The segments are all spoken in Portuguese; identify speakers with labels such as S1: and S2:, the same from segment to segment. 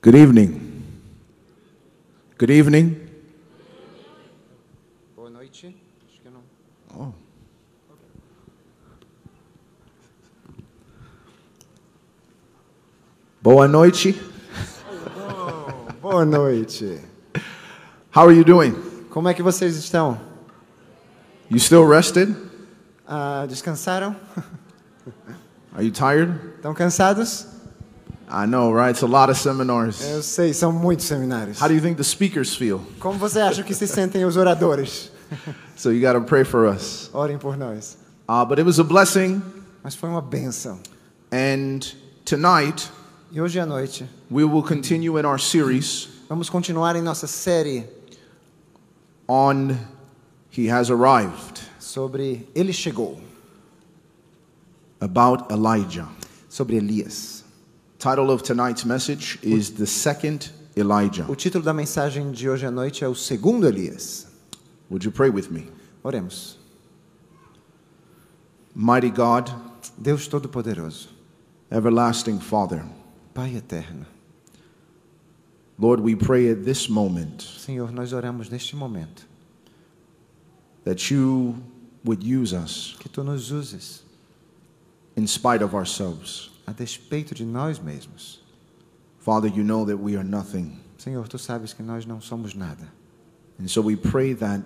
S1: Good evening. Good evening.
S2: Boa noite. Acho que não.
S1: Oh. Boa noite.
S2: Boa noite.
S1: How are you doing?
S2: Como é que vocês estão?
S1: You still rested?
S2: Ah, descansaram?
S1: Are you tired?
S2: Estão cansados?
S1: I know, right? It's a lot of seminars.
S2: Eu sei, são muitos seminários.
S1: How do you think the speakers feel?
S2: Como você acha que se sentem os oradores?
S1: So you got to pray for us.
S2: Orem por nós.
S1: Uh, but it was a blessing.
S2: Mas foi uma bênção.
S1: And tonight,
S2: E hoje à noite,
S1: we will continue in our series
S2: vamos continuar em nossa série
S1: on He Has Arrived
S2: sobre Ele Chegou,
S1: about Elijah.
S2: sobre Elias.
S1: Title of tonight's message is The Second Elijah.
S2: O título da mensagem de hoje à noite é o segundo Elias.
S1: Would you pray with me?
S2: Oremos.
S1: Mighty God,
S2: Deus Todo-Poderoso,
S1: everlasting Father,
S2: Pai Eterno,
S1: Lord, we pray at this moment
S2: Senhor, nós oramos neste momento
S1: that you would use us
S2: que Tu nos uses
S1: in spite of ourselves.
S2: a despeito de nós mesmos.
S1: Father, you know that we are nothing.
S2: Senhor, Tu sabes que nós não somos nada.
S1: And so we pray that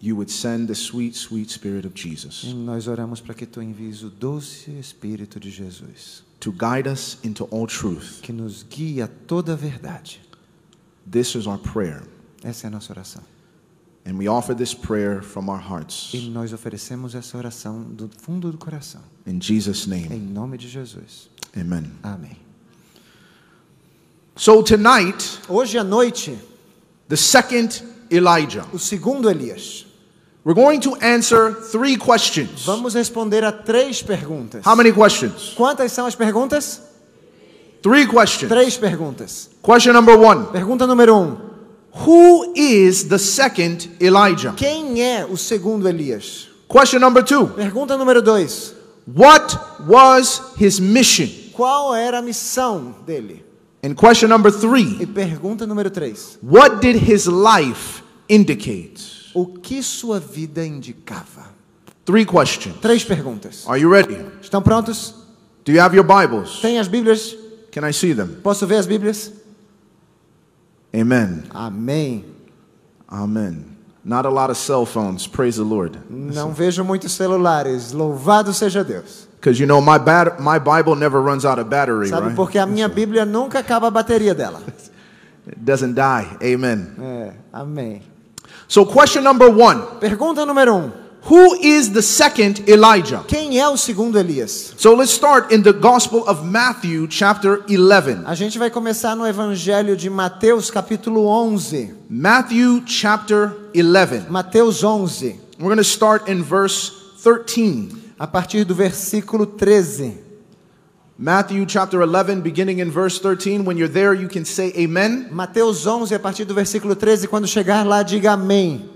S1: you would send the sweet, sweet Spirit of
S2: E
S1: Jesus
S2: nós oramos para que Tu envies o doce Espírito de Jesus,
S1: to guide us into all truth.
S2: que nos guie a toda a verdade.
S1: This is our prayer.
S2: Essa é a nossa oração.
S1: And we offer this prayer from our hearts.
S2: E nós oferecemos essa oração do fundo do coração,
S1: In Jesus'
S2: em
S1: name,
S2: nome de Jesus.
S1: amen.
S2: Amém.
S1: So tonight,
S2: Hoje à noite,
S1: the second Elijah,
S2: o segundo Elias.
S1: we're going to answer three questions.
S2: Vamos responder a três perguntas.
S1: How many questions?
S2: Quantas são as perguntas?
S1: Three questions.
S2: Três perguntas.
S1: Question number one
S2: Pergunta número um:
S1: Who is the second Elijah?
S2: Quem é o segundo Elias?
S1: Question number two
S2: Pergunta número dois:
S1: What was his mission?
S2: Qual era a missão dele?
S1: And question number three
S2: E pergunta número três:
S1: What did his life indicate?
S2: O que sua vida indicava?
S1: Three questions.
S2: Três perguntas.
S1: Are you ready?
S2: Estão prontos?
S1: Do you have your Bibles?
S2: Tem as Bíblias?
S1: Can I see them?
S2: Posso ver as Bíblias?
S1: Amen.
S2: Amém.
S1: Amen. Not a lot of cell phones, praise the Lord.
S2: Não vejo muitos celulares. Louvado seja Deus.
S1: Because you know, my, bat- my Bible never runs out of battery,
S2: Sabe,
S1: right?
S2: porque a minha Bíblia nunca acaba a bateria dela.
S1: It doesn't die. Amen.
S2: É, amém.
S1: So, question number one
S2: Pergunta número um:
S1: Who is the second Elijah?
S2: Quem é o segundo Elias?
S1: So, let's start in the Gospel of Matthew, chapter 11.
S2: A gente vai começar no Evangelho de Mateus, capítulo 11.
S1: Matthew, chapter 11.
S2: Mateus 11,
S1: We're going to start in verse 13.
S2: a partir do versículo 13.
S1: Matthew chapter 11, beginning in verse 13. When you're there, you can say amen.
S2: Mateus 11, a partir do versículo 13. Quando chegar lá, diga amém.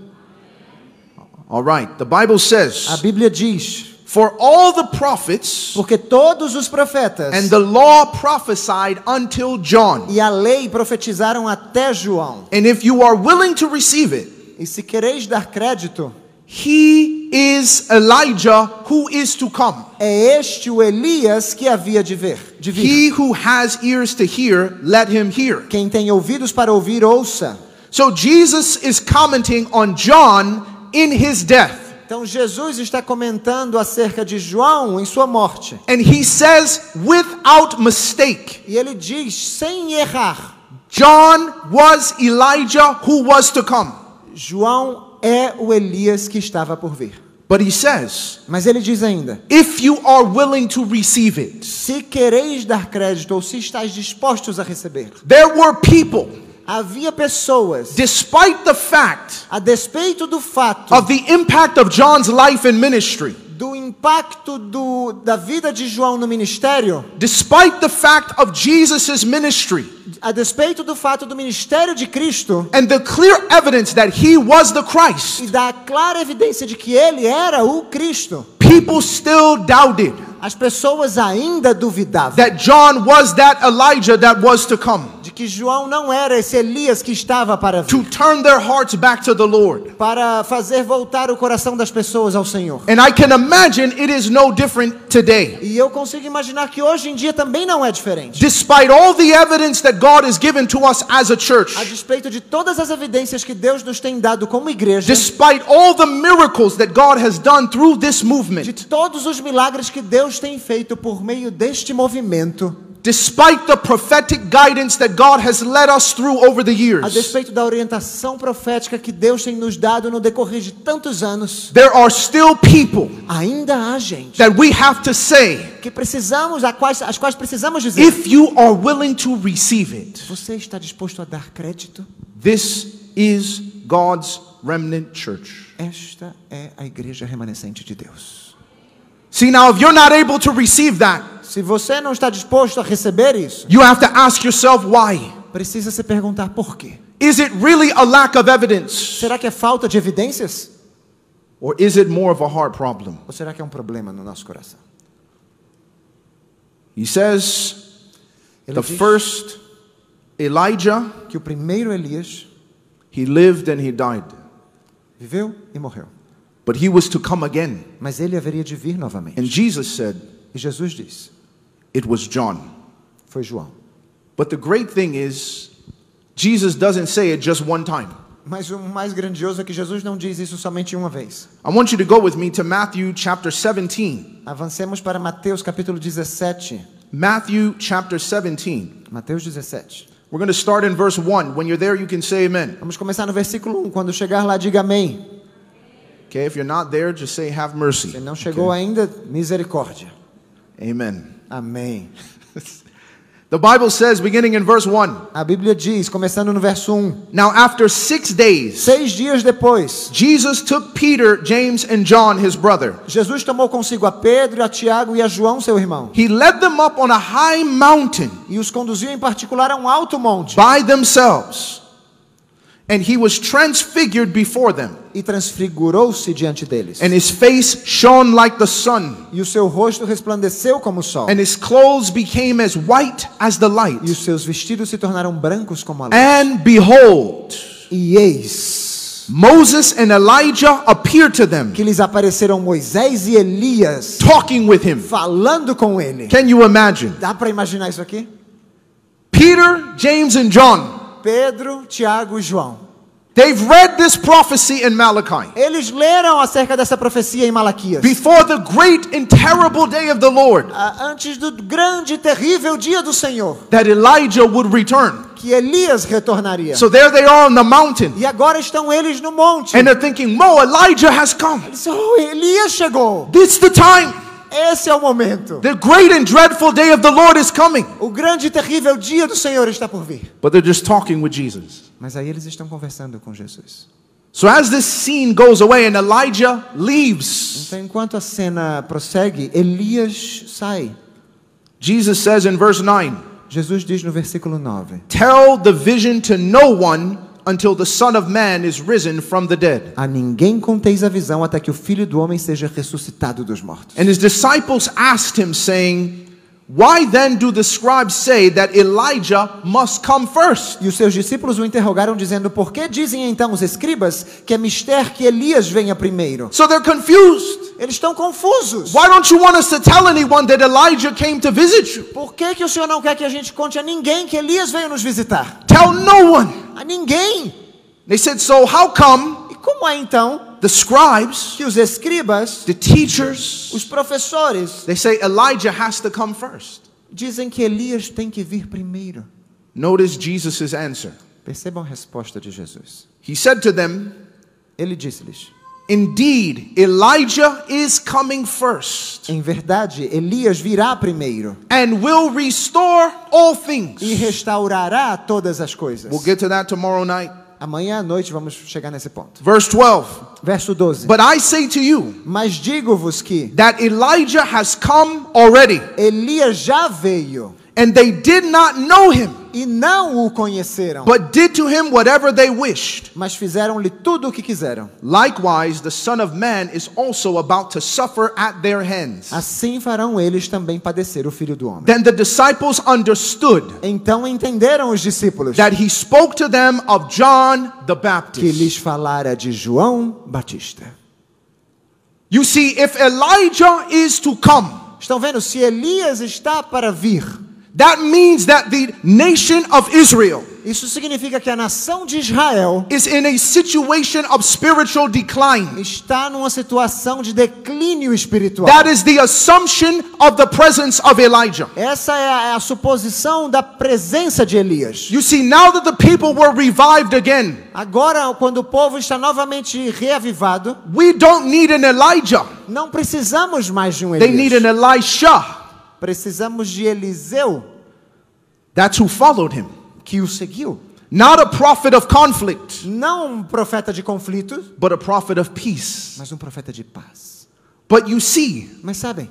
S1: All right. The Bible
S2: A
S1: says,
S2: Bíblia diz:
S1: For all the prophets
S2: Porque todos os profetas
S1: and the law prophesied until John.
S2: e a lei profetizaram até João.
S1: And if you are willing to receive it,
S2: E se quereis dar crédito,
S1: he is Elijah who is to come.
S2: é este o Elias que havia de ver, de vir.
S1: He who has ears to hear, let him hear.
S2: Quem tem ouvidos para ouvir, ouça.
S1: So Jesus is commenting on John in his death.
S2: Então Jesus está comentando acerca de João em sua morte.
S1: And he says, without mistake,
S2: E ele diz, sem errar,
S1: John was Elijah who was to come.
S2: João é o Elias que estava por vir.
S1: But he says,
S2: Mas ele diz ainda:
S1: if you are willing to receive it,
S2: se quereis dar crédito ou se estáis dispostos a receber.
S1: there were people,
S2: Havia pessoas,
S1: despite the fact
S2: a despeito do fato
S1: of the impact of John's life and ministry,
S2: do impacto do, da vida de João no ministério,
S1: despite the fact of Jesus' ministry,
S2: a despeito do fato do ministério de Cristo
S1: and the clear evidence that he was the Christ,
S2: e da clara evidência de que ele era o Cristo,
S1: people still doubted
S2: as pessoas ainda duvidavam
S1: that John was that Elijah that was to come.
S2: de que João não era esse Elias que estava para vir,
S1: to turn their hearts back to the Lord.
S2: para fazer voltar o coração das pessoas ao Senhor.
S1: And I can imagine it is no different today.
S2: E eu consigo imaginar que hoje em dia também não é diferente.
S1: Despite all the evidence that God has given to us as a church,
S2: A despeito de todas as evidências que Deus nos tem dado como igreja,
S1: despite all the miracles that God has done through this
S2: de
S1: movement,
S2: todos os milagres que Deus tem feito por meio deste movimento,
S1: despite the prophetic guidance that God has led us through over the
S2: a
S1: years,
S2: despeito da orientação profética que Deus tem nos dado no decorrer de tantos anos,
S1: there are still people
S2: ainda há gente
S1: that we have to say,
S2: que precisamos, a quais, as quais precisamos dizer:
S1: if you are willing to receive it,
S2: Você está disposto a dar crédito?
S1: this is God's remnant church.
S2: Esta é a igreja remanescente de Deus.
S1: See, now if you're not able to receive that,
S2: Se você não está disposto a receber isso,
S1: you have to ask yourself why.
S2: precisa se perguntar por quê.
S1: Is it really a lack of evidence?
S2: Será que é falta de evidências?
S1: Or is it more of a heart problem?
S2: Ou será que é um problema no nosso coração?
S1: He says,
S2: Ele
S1: the
S2: diz
S1: first Elijah,
S2: que o primeiro Elias
S1: he lived and he died,
S2: viveu e morreu,
S1: but he was to come again.
S2: mas ele haveria de vir novamente.
S1: And Jesus said,
S2: E Jesus disse:
S1: it was John.
S2: Foi João.
S1: But the great thing is, Jesus doesn't say it just one time.
S2: Mas o mais grandioso é que Jesus não diz isso somente uma vez.
S1: I want you to go with me to Matthew chapter 17.
S2: Avancemos para Mateus capítulo 17.
S1: Matthew chapter 17.
S2: Mateus 17.
S1: We're going to start in verse 1. When you're there, you can say amen.
S2: Vamos começar no versículo 1. Quando chegar lá, diga amém.
S1: Okay, if you're not there, just say have mercy.
S2: Se não chegou ainda, misericórdia.
S1: Amen.
S2: Amém.
S1: The Bible says, beginning in verse 1,
S2: A Bíblia diz, começando no verso 1.
S1: Now after six days,
S2: Seis dias depois,
S1: Jesus took Peter, James, and John, his brother.
S2: Jesus tomou consigo a Pedro, a Tiago e a João, seu irmão,
S1: He led them up on a high mountain
S2: e os conduziu em particular a um alto monte.
S1: by themselves, and he was transfigured before them,
S2: e transfigurou-se diante deles.
S1: and his face shone like the sun,
S2: E o seu rosto resplandeceu como o sol,
S1: and his clothes became as white as the
S2: e os
S1: light.
S2: seus vestidos se tornaram brancos como a luz.
S1: And behold,
S2: E eis
S1: Moses and Elijah appeared to them,
S2: que lhes apareceram Moisés e Elias
S1: talking with him.
S2: falando com ele.
S1: Can you imagine?
S2: Dá para imaginar isso aqui?
S1: Peter, James, and John,
S2: Pedro, Tiago e João.
S1: they've read this prophecy in Malachi.
S2: Eles leram acerca dessa profecia em Malaquias.
S1: Before the great and terrible day of the Lord,
S2: Ah, Antes do grande e terrível dia do Senhor,
S1: that Elijah would return.
S2: que Elias retornaria.
S1: So there they are on the mountain,
S2: E agora estão eles no monte.
S1: and they're thinking, Mo, Elijah has come.
S2: Eles, Oh, Elias chegou.
S1: This the time.
S2: Esse é o momento.
S1: The great and dreadful day of the Lord is coming.
S2: O grande e terrível dia do Senhor está por vir.
S1: But they're just talking with Jesus.
S2: Mas aí eles estão conversando com Jesus.
S1: So as this scene goes away and Elijah leaves,
S2: Então, enquanto a cena prossegue, Elias sai.
S1: Jesus says in verse 9,
S2: Jesus diz no versículo 9:
S1: Tell the vision to no one until the Son of Man is risen from the dead.
S2: A ninguém conteis a visão até que o filho do homem seja ressuscitado dos mortos.
S1: And his disciples asked him, saying, Why then do the scribes say that Elijah must come first?
S2: E os seus discípulos o interrogaram, dizendo: Por que dizem então os escribas que é mister que Elias venha primeiro?
S1: So they're confused.
S2: Eles estão confusos.
S1: Why don't you want us to tell anyone that Elijah came to visit you?
S2: Por que, que o Senhor não quer que a gente conte a ninguém que Elias veio nos visitar?
S1: Tell no one.
S2: A ninguém!
S1: They said, So how come
S2: E como é então
S1: the scribes,
S2: que os escribas,
S1: the teachers,
S2: os professores,
S1: they say Elijah has to come first?
S2: Dizem que Elias tem que vir primeiro.
S1: Notice Jesus' answer.
S2: Percebam a resposta de Jesus.
S1: He said to them,
S2: Ele disse-lhes:
S1: Indeed, Elijah is coming first
S2: Em verdade, Elias virá primeiro
S1: and will restore all
S2: e
S1: things.
S2: restaurará todas as coisas.
S1: We'll get to that tomorrow night.
S2: Amanhã à noite vamos chegar nesse ponto.
S1: Verse 12.
S2: Verso 12.
S1: But I say to you
S2: Mas digo-vos que
S1: that Elijah has come already,
S2: Elias já veio
S1: and they did not know him,
S2: e não o conheceram,
S1: but did to him whatever they wished.
S2: mas fizeram-lhe tudo o que quiseram.
S1: Likewise, the Son of Man is also about to suffer at their hands.
S2: Assim farão eles também padecer o filho do homem.
S1: Then the disciples understood
S2: Então entenderam os discípulos
S1: that he spoke to them of John the
S2: que
S1: Baptist.
S2: lhes falara de João Batista.
S1: You see, if Elijah is to come,
S2: Estão vendo? Se Elias está para vir,
S1: that means that the nation of Israel
S2: isso significa que a nação de Israel
S1: is in a situation of spiritual decline.
S2: está numa situação de declínio espiritual.
S1: That is the assumption of the presence of Elijah.
S2: Essa é a, é a suposição da presença de Elias.
S1: You see, now that the people were revived again,
S2: Agora, quando o povo está novamente reavivado,
S1: we don't need an Elijah.
S2: não precisamos mais de um
S1: They need
S2: Elias.
S1: an Elisha.
S2: Precisamos de Eliseu
S1: That's who followed him.
S2: que o seguiu.
S1: Not a prophet of conflict,
S2: Não um profeta de conflito,
S1: but a prophet of peace.
S2: mas um profeta de paz.
S1: But you see,
S2: Mas sabem,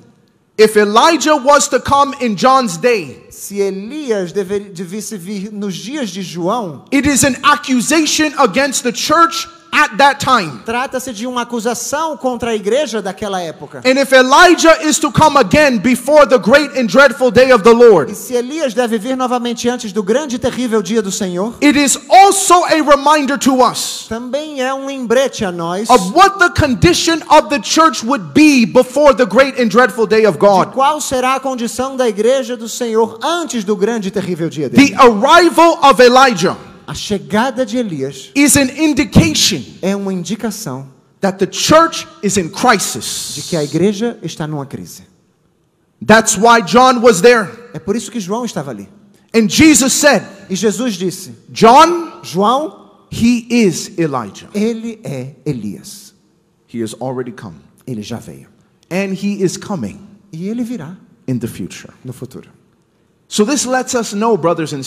S1: if Elijah was to come in John's day,
S2: se Elias dever, devesse vir nos dias de João,
S1: it is an accusation against the church at that time.
S2: trata-se de uma acusação contra a igreja daquela época.
S1: And if Elijah is to come again before the great and dreadful day of the Lord,
S2: E se Elias deve vir novamente antes do grande e terrível dia do Senhor,
S1: it is also a reminder to us
S2: também é um lembrete a nós
S1: of what the condition of the church would be before the great and dreadful day of
S2: de
S1: God.
S2: qual será a condição da igreja do Senhor antes do grande e terrível dia dele.
S1: The arrival of Elijah
S2: A chegada de Elias
S1: is an indication
S2: é uma indicação
S1: that the church is in
S2: de
S1: crisis.
S2: que a igreja está numa crise.
S1: That's why John was there.
S2: É por isso que João estava ali.
S1: And Jesus said,
S2: E Jesus disse:
S1: John,
S2: João,
S1: he is Elijah.
S2: ele é Elias.
S1: He has already come.
S2: Ele já veio.
S1: And he is coming
S2: E ele virá
S1: in the future.
S2: no futuro.
S1: So this lets us know, brothers and
S2: Então,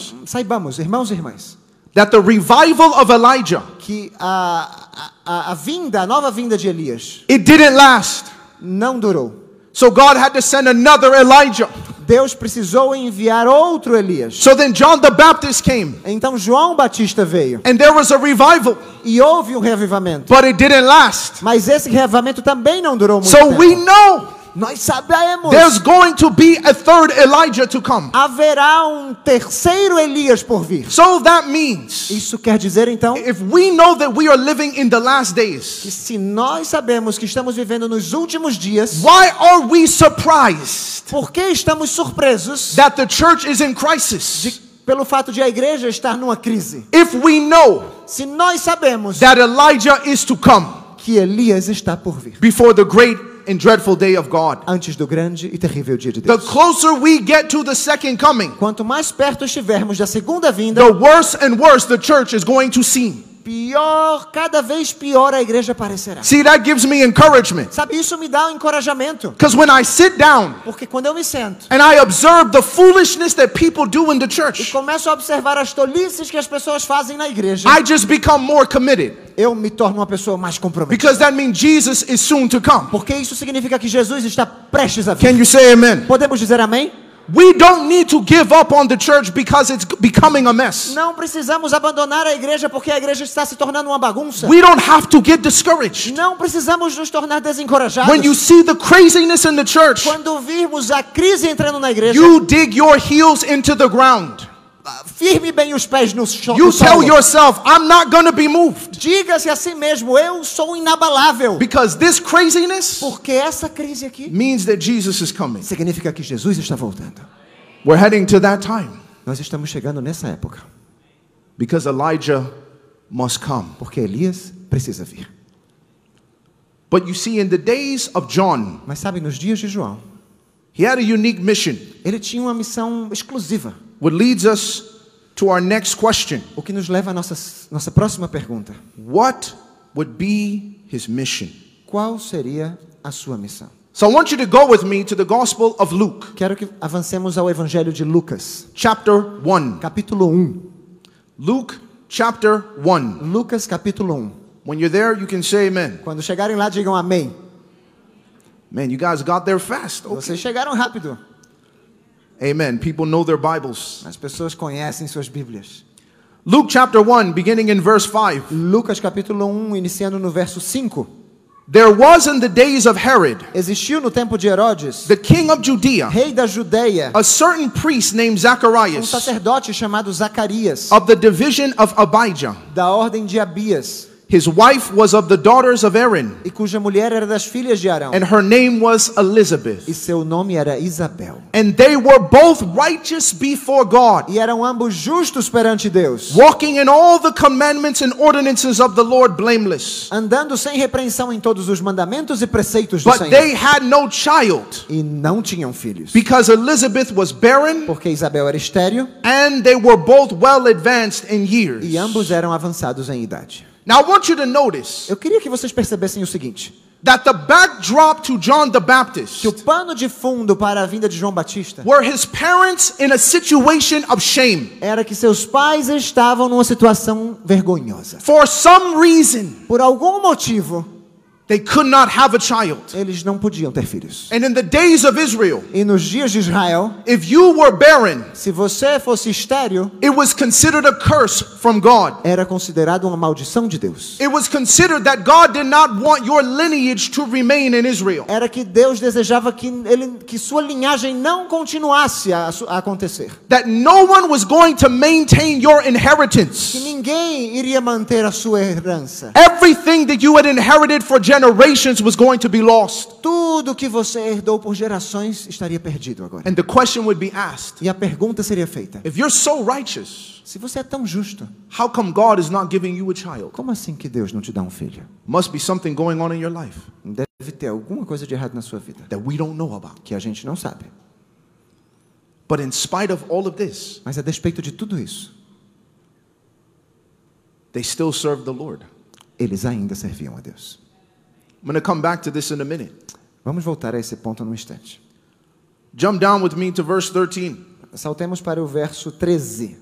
S1: sisters,
S2: saibamos, irmãos e irmãs,
S1: that the revival of Elijah,
S2: que a, a, a- a vinda, a nova vinda de Elias,
S1: it didn't last.
S2: não durou.
S1: So God had to send another Elijah.
S2: Deus precisou enviar outro Elias.
S1: So then John the Baptist came.
S2: Então João Batista veio
S1: And there was a revival,
S2: e houve um reavivamento.
S1: but it didn't last.
S2: Mas esse reavivamento também não durou muito
S1: So
S2: tempo.
S1: we know
S2: Nós sabemos
S1: there's going to be a third Elijah to come.
S2: haverá um terceiro Elias por vir.
S1: So that means
S2: Isso quer dizer então
S1: if we know that we are living in the last
S2: que
S1: days,
S2: se nós sabemos que estamos vivendo nos últimos dias,
S1: why are we surprised
S2: por que estamos surpresos
S1: that the church is in crisis?
S2: pelo fato de a igreja estar numa crise?
S1: If we know
S2: Se nós sabemos
S1: that Elijah is to come
S2: que Elias está por vir
S1: before the great and dreadful day of God,
S2: antes do grande e terrível dia de
S1: the
S2: Deus.
S1: closer we get to the second coming,
S2: Quanto mais perto estivermos da segunda vinda,
S1: the worse and worse the church is going to seem.
S2: pior, cada vez pior a igreja parecerá.
S1: See, that gives me encouragement
S2: Sabe, isso me dá um encorajamento,
S1: because when I sit down
S2: porque quando eu me sento
S1: and I observe the foolishness that people do in the
S2: e
S1: church,
S2: começo a observar as tolices que as pessoas fazem na igreja,
S1: I just become more committed
S2: eu me torno uma pessoa mais comprometida.
S1: because that means Jesus is soon to come.
S2: Porque isso significa que Jesus está prestes a vir.
S1: Can you say amen?
S2: Podemos dizer amém?
S1: We don't need to give up on the church because it's becoming a mess.
S2: Não precisamos abandonar a igreja porque a igreja está se tornando uma bagunça.
S1: We don't have to get discouraged.
S2: Não precisamos nos tornar
S1: When you
S2: desencorajados.
S1: see the craziness in the church,
S2: Quando virmos a crise entrando na igreja,
S1: you dig your heels into the ground.
S2: firme bem os pés no chão.
S1: You tell yourself, I'm not going to be moved
S2: Diga-se a si mesmo, eu sou inabalável.
S1: because this craziness
S2: Porque essa crise aqui
S1: means that Jesus is coming.
S2: significa que Jesus está voltando.
S1: We're heading to that time
S2: Nós estamos chegando nessa época,
S1: because Elijah must come.
S2: porque Elias precisa vir.
S1: But you see, in the days of John,
S2: Mas sabe, nos dias de João,
S1: he had a unique mission,
S2: ele tinha uma missão exclusiva,
S1: which leads us to our next question.
S2: o que nos leva à nossa, nossa próxima pergunta.
S1: What would be his mission?
S2: Qual seria a sua missão?
S1: So I want you to go with me to the Gospel of Luke,
S2: Quero que avancemos ao Evangelho de Lucas,
S1: chapter 1.
S2: capítulo 1.
S1: Luke, chapter 1.
S2: Lucas, capítulo 1.
S1: When you're there, you can say amen.
S2: Quando chegarem lá, digam amém.
S1: Man, you guys got there fast. Okay.
S2: Vocês chegaram rápido.
S1: Amen. People know their Bibles.
S2: As pessoas conhecem suas Bíblias.
S1: Luke chapter 1, beginning in verse 5.
S2: Lucas capítulo 1, iniciando no verso 5.
S1: There was in the days of Herod,
S2: Existiu no tempo de Herodes,
S1: the king of Judea,
S2: rei da Judeia,
S1: a certain priest named
S2: um
S1: Zacharias
S2: sacerdote chamado Zacarias,
S1: of the division of Abijah.
S2: da ordem de Abias,
S1: His wife was of the daughters of Aaron,
S2: e cuja mulher era das filhas de Arão,
S1: and her name was Elizabeth.
S2: e seu nome era Isabel.
S1: And they were both righteous before God,
S2: E eram ambos justos perante Deus,
S1: walking in all the commandments and ordinances of the Lord blameless.
S2: andando sem repreensão em todos os mandamentos e preceitos do
S1: But
S2: Senhor.
S1: they had no child,
S2: E não tinham filhos,
S1: because Elizabeth was barren,
S2: porque Isabel era estéril
S1: and they were both well advanced in years.
S2: e ambos eram avançados em idade.
S1: Now, I want you to notice
S2: Eu queria que vocês percebessem o seguinte:
S1: that the backdrop to John the Baptist
S2: que o pano de fundo para a vinda de João Batista
S1: were his parents in a situation of shame.
S2: era que seus pais estavam numa situação vergonhosa.
S1: For some reason,
S2: Por algum motivo,
S1: they could not have a child.
S2: eles não podiam ter filhos.
S1: And in the days of Israel,
S2: E nos dias de Israel,
S1: if you were barren,
S2: se você fosse estéril,
S1: it was considered a curse from God.
S2: era considerado uma maldição de Deus.
S1: It was considered that God did not want your lineage to remain in Israel.
S2: Era que Deus desejava que, ele, que sua linhagem não continuasse a, su- a acontecer.
S1: That no one was going to maintain your
S2: Que
S1: inheritance.
S2: ninguém iria manter a sua herança.
S1: Everything that you had inherited for generations was going to be lost.
S2: Tudo que você herdou por gerações estaria perdido agora.
S1: And the question would be asked
S2: E a pergunta seria feita:
S1: if you're so righteous,
S2: se você é tão justo,
S1: how come God is not giving you a child?
S2: como assim que Deus não te dá um filho?
S1: Must be something going on in your life
S2: Deve ter alguma coisa de errado na sua vida
S1: that we don't know about.
S2: que a gente não sabe.
S1: But in spite of all of this,
S2: Mas a despeito de tudo isso,
S1: they still serve the Lord.
S2: eles ainda serviam a Deus.
S1: I'm going to come back to this in a minute.
S2: Vamos voltar a esse ponto num instante.
S1: Jump down with me to verse 13.
S2: Saltemos para o verso 13.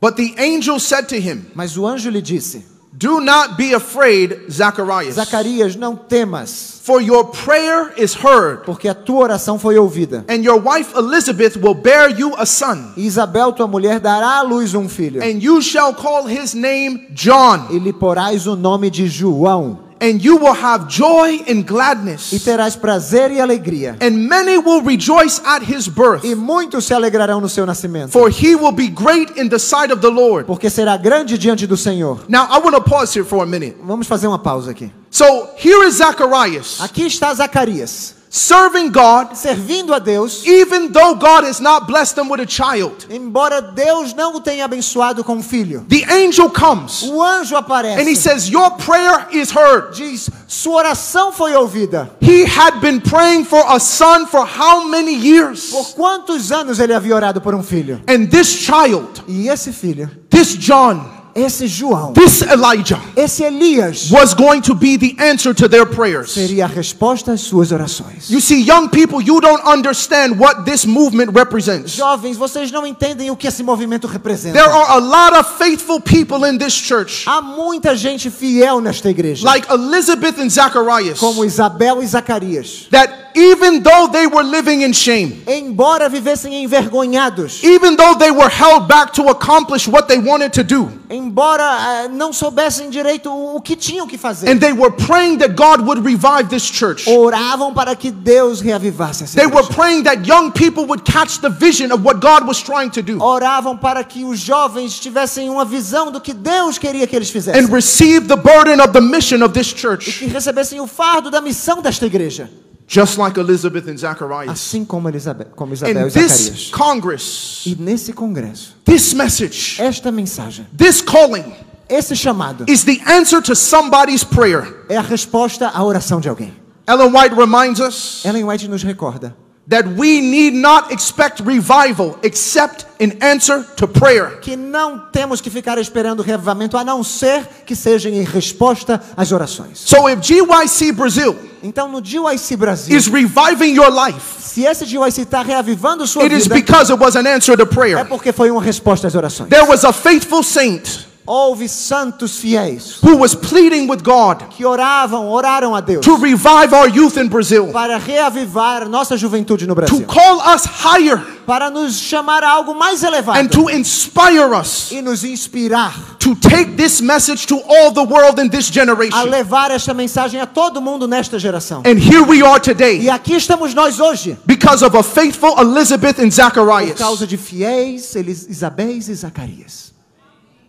S1: But the angel said to him,
S2: Mas o anjo lhe disse:
S1: Do not be afraid, Zacharias,
S2: Zacarias, não temas,
S1: for your prayer is heard,
S2: porque a tua oração foi ouvida.
S1: and your wife Elizabeth will bear you a son,
S2: E Isabel, tua mulher, dará à luz um filho,
S1: and you shall call his name John,
S2: e lhe porás o nome de João,
S1: and you will have joy and
S2: e
S1: gladness,
S2: terás prazer e alegria,
S1: and many will rejoice at his birth,
S2: e muitos se alegrarão no seu nascimento,
S1: for he will be great in the sight of the Lord.
S2: porque será grande diante do Senhor.
S1: Now, I want to pause here for a minute.
S2: Vamos fazer uma pausa aqui.
S1: So, here is Zacharias
S2: Aqui está Zacarias,
S1: serving God,
S2: servindo a Deus,
S1: even though God has not blessed him with a child.
S2: embora Deus não o tenha abençoado com um filho.
S1: The angel comes
S2: O anjo
S1: and he
S2: aparece,
S1: says, Your prayer is heard.
S2: diz: Sua oração foi ouvida.
S1: He had been praying for a son for how many years?
S2: Por quantos anos ele havia orado por um filho?
S1: And this child,
S2: E esse filho,
S1: this John,
S2: esse João,
S1: this Elijah
S2: esse Elias,
S1: was going to be the answer to their prayers.
S2: seria a resposta às suas orações.
S1: You see, young people, you don't understand what this movement represents.
S2: Jovens, vocês não entendem o que esse movimento representa.
S1: There are a lot of faithful people in this church,
S2: Há muita gente fiel nesta igreja,
S1: like Elizabeth and Zacharias,
S2: como Isabel e Zacarias.
S1: that even though they were living in shame,
S2: Embora vivessem envergonhados,
S1: even though they were held back to accomplish what they wanted to do,
S2: embora ah, não soubessem direito o o que tinham que fazer,
S1: and they were praying that God would revive this church.
S2: Oh, oravam para que Deus reavivasse essa
S1: They were
S2: igreja.
S1: praying that young people would catch the vision of what God was trying to
S2: Oh,
S1: do
S2: Oravam para que os jovens tivessem uma visão do que Deus queria que eles fizessem.
S1: and receive the burden of the mission of this church,
S2: que recebessem o fardo da missão desta igreja,
S1: just like Elizabeth and Zacharias.
S2: assim como Elizabeth, como
S1: And
S2: Isabel e
S1: this
S2: Zacarias.
S1: Congress,
S2: E nesse congresso,
S1: this message,
S2: esta mensagem,
S1: this calling
S2: esse chamado
S1: is the answer to somebody's prayer.
S2: é a resposta à oração de alguém.
S1: Ellen White reminds us
S2: Ellen White nos recorda
S1: that we need not expect revival except in answer to prayer.
S2: que não temos que ficar esperando o reavivamento a não ser que seja em resposta às orações.
S1: So if GYC Brazil
S2: Então, no GYC Brasil,
S1: is reviving your life,
S2: se esse GYC está tá reavivando sua
S1: it is
S2: vida,
S1: because it was an answer to
S2: é
S1: prayer.
S2: porque foi uma resposta às orações.
S1: There was a faithful saint
S2: Houve santos fiéis
S1: who was pleading with God
S2: que oravam, oraram a Deus
S1: to revive our youth in Brazil,
S2: para reavivar a nossa juventude no
S1: to
S2: Brasil,
S1: call us higher,
S2: para nos chamar a algo mais elevado
S1: and to inspire us
S2: e nos inspirar
S1: to take this message to all the world in this
S2: a
S1: generation.
S2: levar esta mensagem a todo mundo nesta geração.
S1: And here we are
S2: E
S1: today
S2: aqui estamos nós hoje,
S1: because of a faithful Elizabeth and
S2: por causa
S1: Zacharias.
S2: de fiéis Elis- Isabeis e Zacarias.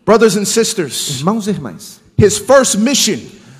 S1: Brothers and sisters,
S2: Irmãos e irmãs,
S1: his first mission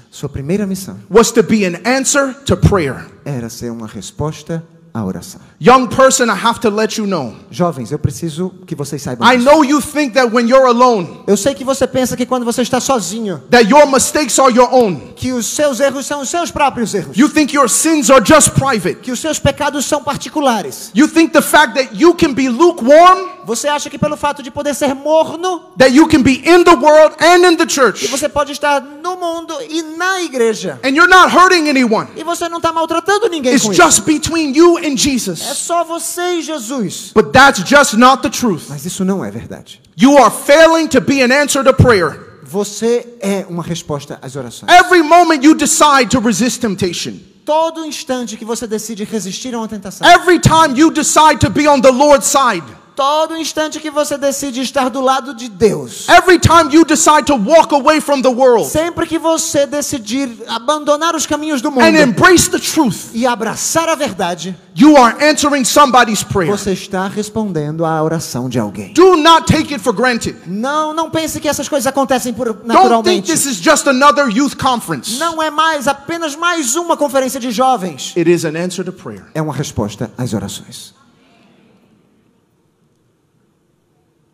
S2: sua primeira missão
S1: was to be an answer to prayer.
S2: era ser uma resposta à oração.
S1: Young person, I have to let you know.
S2: Jovens, eu preciso que vocês saibam.
S1: I
S2: disso.
S1: know you think that when you're alone,
S2: Eu sei que você pensa que quando você está sozinho,
S1: that your mistakes are your own.
S2: que os seus erros são os seus próprios erros,
S1: You think your sins are just private.
S2: que os seus pecados são particulares.
S1: You think the fact that you can be lukewarm,
S2: Você acha que pelo fato de poder ser morno,
S1: that you can be in the world and in the
S2: que
S1: church,
S2: você pode estar no mundo e na igreja,
S1: and you're not hurting anyone.
S2: e você não está maltratando ninguém
S1: It's
S2: com isso.
S1: just between you and
S2: É
S1: Jesus.
S2: só você e Jesus.
S1: But that's just not the truth.
S2: Mas isso não é verdade.
S1: You are failing to be an answer to prayer.
S2: Você é uma resposta às orações.
S1: Every moment you decide to resist temptation,
S2: Todo instante que você decide resistir a uma tentação,
S1: every time you decide to be on the Lord's side,
S2: todo instante que você decide estar do lado de Deus,
S1: every time you decide to walk away from the world
S2: sempre que você decidir abandonar os caminhos do
S1: and
S2: mundo
S1: embrace the truth,
S2: e abraçar a verdade,
S1: you are answering somebody's prayer.
S2: você está respondendo à oração de alguém.
S1: Do not take it for granted.
S2: Não, não pense que essas coisas acontecem por
S1: Don't think this
S2: naturalmente.
S1: is just another youth conference.
S2: Não é mais apenas mais uma conferência de jovens.
S1: It is an answer to prayer.
S2: É uma resposta às orações.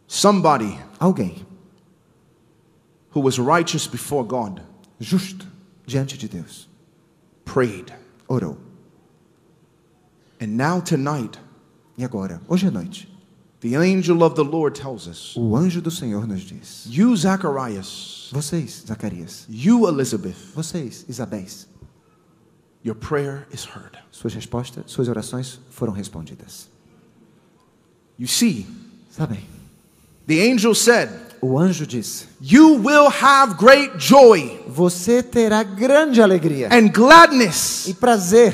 S1: Somebody
S2: Alguém
S1: who was righteous before God
S2: justo diante de Deus
S1: prayed.
S2: orou.
S1: And now tonight,
S2: E agora, hoje à noite,
S1: the angel of the Lord tells us,
S2: o anjo do Senhor nos diz:
S1: You, Zacharias,
S2: Vocês, Zacarias,
S1: you, Elizabeth,
S2: vocês, Isabéis,
S1: your prayer is heard.
S2: suas respostas, suas orações foram respondidas.
S1: You see,
S2: Sabem?
S1: the angel said,
S2: O anjo disse:
S1: You will have great joy
S2: Você terá grande alegria
S1: and gladness,
S2: e prazer,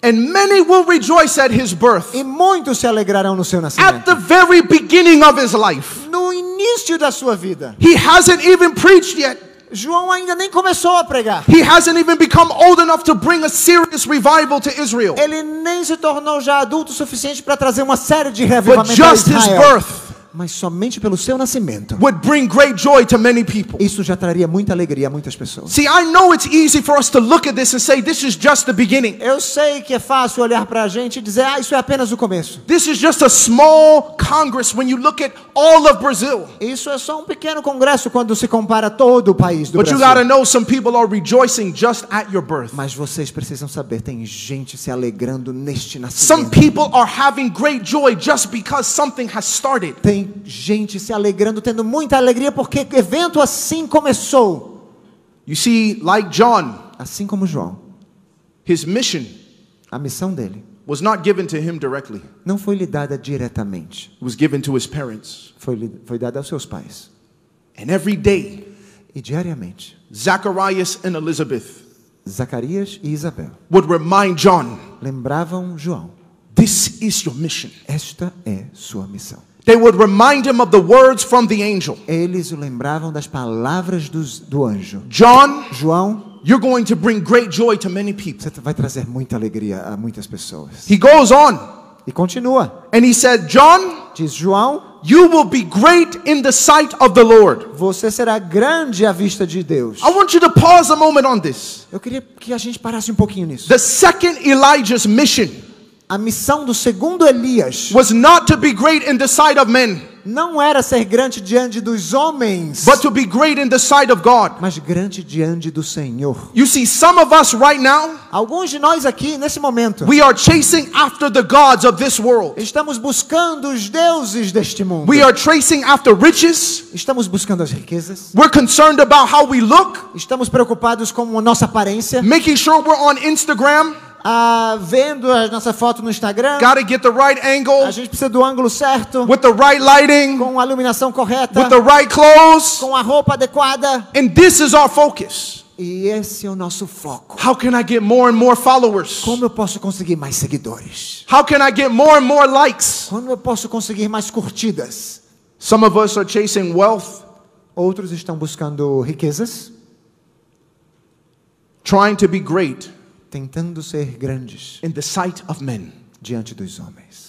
S1: and many will rejoice at his birth.
S2: e muitos se alegrarão no seu
S1: At
S2: nascimento.
S1: the very beginning of his life,
S2: No início da sua vida,
S1: he hasn't even preached yet.
S2: João ainda nem começou a pregar.
S1: He hasn't even become old enough to bring a serious revival to Israel.
S2: Ele nem se tornou já adulto o suficiente para trazer uma série de
S1: But
S2: revivamentos a
S1: just his
S2: Israel.
S1: birth
S2: Mas somente pelo seu nascimento.
S1: would bring great joy to many people.
S2: Isso já traria muita alegria a muitas pessoas.
S1: See, I know it's easy for us to look at this and say, this is just the beginning.
S2: Eu sei que é fácil olhar para a gente e dizer, ah, isso é apenas o começo.
S1: This is just a small Congress when you look at all of Brazil.
S2: Isso é só um pequeno congresso quando se compara todo o país do
S1: But you gotta
S2: Brasil.
S1: know some people are rejoicing just at your birth.
S2: Mas vocês precisam saber, tem gente se alegrando neste
S1: Some
S2: nascimento.
S1: people are having great joy just because something has started.
S2: Tem gente se alegrando, tendo muita alegria, porque evento assim começou.
S1: You see, like John,
S2: Assim como João,
S1: his mission
S2: a missão dele
S1: was not given to him directly, it
S2: não foi lhe dada diretamente.
S1: was given to his parents.
S2: Foi, lhe- foi dada aos seus pais.
S1: And every day,
S2: E diariamente,
S1: Zacharias and Elizabeth
S2: Zacarias e Isabel
S1: would remind John,
S2: lembravam João.
S1: this is your mission.
S2: Esta é sua missão.
S1: They would remind him of the words from the angel
S2: Eles o lembravam das palavras dos- do anjo.
S1: John,
S2: João,
S1: you're going to bring great joy to many people.
S2: você vai trazer muita alegria a muitas pessoas.
S1: He goes on
S2: E continua.
S1: and he said, John,
S2: Diz João,
S1: you will be great in the sight of the Lord.
S2: você será grande à vista de Deus.
S1: I want you to pause a moment on this.
S2: Eu queria que a gente parasse um pouquinho nisso.
S1: The second Elijah's mission
S2: A missão do segundo Elias
S1: was not to be great in the sight of men,
S2: não era ser grande diante dos homens,
S1: but to be great in the sight of God.
S2: mas grande diante do Senhor.
S1: You see, some of us right now,
S2: Alguns de nós aqui, nesse momento,
S1: we are chasing after the gods of this world.
S2: estamos buscando os deuses deste mundo.
S1: We are tracing after riches.
S2: Estamos buscando as riquezas.
S1: We're concerned about how we look,
S2: Estamos preocupados com a nossa aparência.
S1: making sure we're on Instagram,
S2: ah, vendo a nossa foto no Instagram,
S1: Got to get the right angle
S2: a gente precisa do ângulo certo,
S1: with the right lighting,
S2: com a iluminação correta,
S1: with the right clothes.
S2: com a roupa adequada.
S1: And this is our focus.
S2: E esse é o nosso foco.
S1: How can I get more and more followers?
S2: Como eu posso conseguir mais seguidores?
S1: How can I get more and more likes?
S2: Como eu posso conseguir mais curtidas?
S1: Some of us are chasing wealth,
S2: Outros estão buscando riquezas,
S1: trying to be great
S2: tentando ser grandes
S1: in the sight of men.
S2: diante dos homens.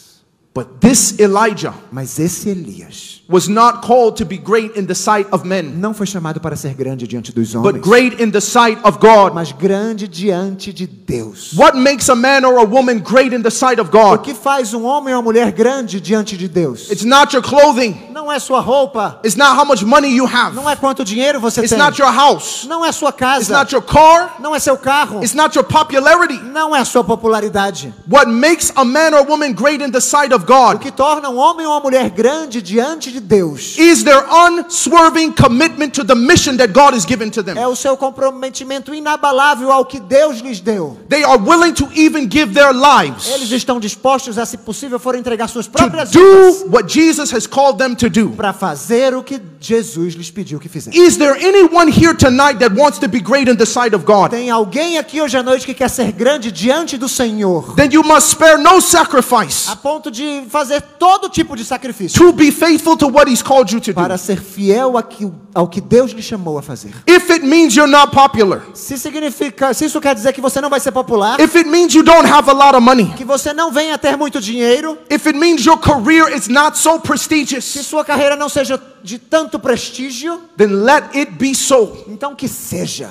S1: But this Elijah
S2: Mas esse Elias
S1: was not called to be great in the sight of men,
S2: não foi chamado para ser grande diante dos
S1: but
S2: homens,
S1: great in the sight of God.
S2: mas grande diante de Deus.
S1: What makes a man or a woman great in the sight of
S2: O
S1: God?
S2: que faz um homem ou uma mulher grande diante de Deus?
S1: It's not your clothing,
S2: Não é sua roupa,
S1: it's not how much money you
S2: não
S1: have,
S2: é quanto dinheiro você
S1: it's
S2: tem,
S1: not your house,
S2: não é sua
S1: it's
S2: casa,
S1: not your car,
S2: não é seu carro,
S1: it's not your popularity.
S2: não é sua popularidade.
S1: What makes a man or woman great in the sight of
S2: O
S1: God
S2: que torna um homem ou uma mulher grande diante de Deus
S1: is their unswerving commitment to the mission that God has given to
S2: é
S1: them.
S2: o seu comprometimento inabalável ao que Deus lhes deu.
S1: They are willing to even give their
S2: Eles
S1: lives
S2: estão dispostos a, se possível for, entregar suas
S1: to
S2: próprias vidas
S1: do what Jesus has called them to do.
S2: para fazer o que Jesus lhes pediu que fizessem.
S1: Is there anyone here tonight that wants to be great in the sight of God?
S2: Tem alguém aqui hoje à noite que quer ser grande diante do Senhor,
S1: Then you must spare no sacrifice
S2: a ponto de fazer todo tipo de sacrifício
S1: to be faithful to what He's called you to do.
S2: para ser fiel aqui- ao que Deus lhe chamou a fazer.
S1: If it means you're not popular,
S2: Se significa, se isso quer dizer que você não vai ser popular,
S1: if it means you don't have a lot of money,
S2: que você não venha ter muito dinheiro,
S1: if it means your career is not so
S2: que
S1: prestigious,
S2: sua carreira não seja de tanto prestígio,
S1: then let it be so.
S2: então que seja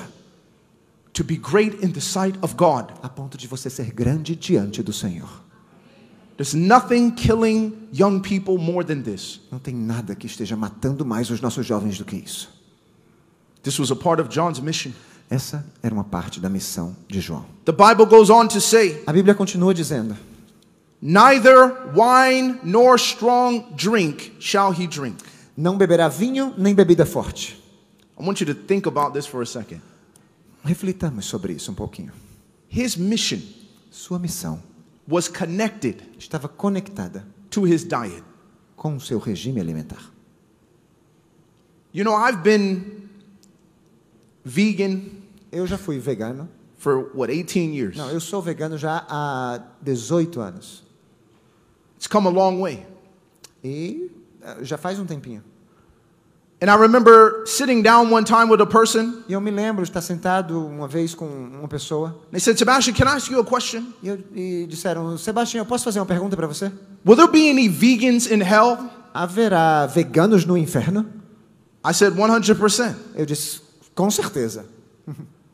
S1: to be great in the sight of God.
S2: a ponto de você ser grande diante do Senhor.
S1: There's nothing killing young people more than this.
S2: Não tem nada que esteja matando mais os nossos jovens do que isso.
S1: This was a part of John's mission.
S2: Essa era uma parte da missão de João.
S1: The Bible goes on to say,
S2: A Bíblia continua dizendo:
S1: Neither wine nor strong drink shall he drink.
S2: Não beberá vinho nem bebida forte.
S1: I want you to think about this for a second.
S2: Reflitamos sobre isso um pouquinho.
S1: His mission
S2: Sua missão
S1: was connected
S2: estava conectada
S1: to his diet.
S2: com o seu regime alimentar.
S1: You know, I've been vegan
S2: Eu já fui vegano.
S1: for what, 18 years.
S2: Não, eu sou vegano já há 18 anos.
S1: It's come a long way.
S2: E eh, já faz um tempinho.
S1: And I remember sitting down one time with a person.
S2: E eu me lembro de estar sentado uma vez com uma pessoa
S1: They said, Sebastian, can I ask you a question?
S2: e, eu- e disseram: Sebastião, eu posso fazer uma pergunta para você?
S1: Will there be any vegans in hell?
S2: Haverá veganos no inferno?
S1: I said, 100%.
S2: Eu disse: Com certeza.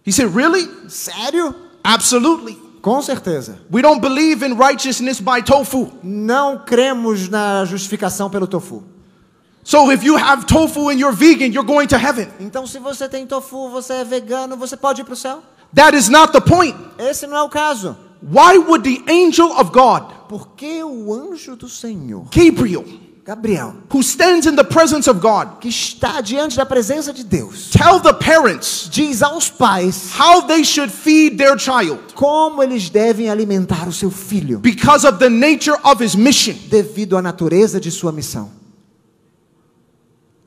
S1: He said, Really?
S2: Sério?
S1: Absolutely.
S2: Com certeza.
S1: We don't believe in righteousness by tofu.
S2: Não cremos na justificação pelo tofu.
S1: So if you have tofu and you're vegan, you're going to heaven.
S2: Então, se você tem tofu, você é vegano, você pode ir para o céu?
S1: That is not the point.
S2: Esse não é o caso.
S1: Why would the angel of God,
S2: Porque o anjo do Senhor,
S1: Gabriel,
S2: Gabriel,
S1: who stands in the presence of God,
S2: que está diante da presença de Deus,
S1: tell the parents
S2: diz aos pais
S1: how they should feed their child
S2: como eles devem alimentar o seu filho,
S1: because of the nature of his mission?
S2: devido à natureza de sua missão.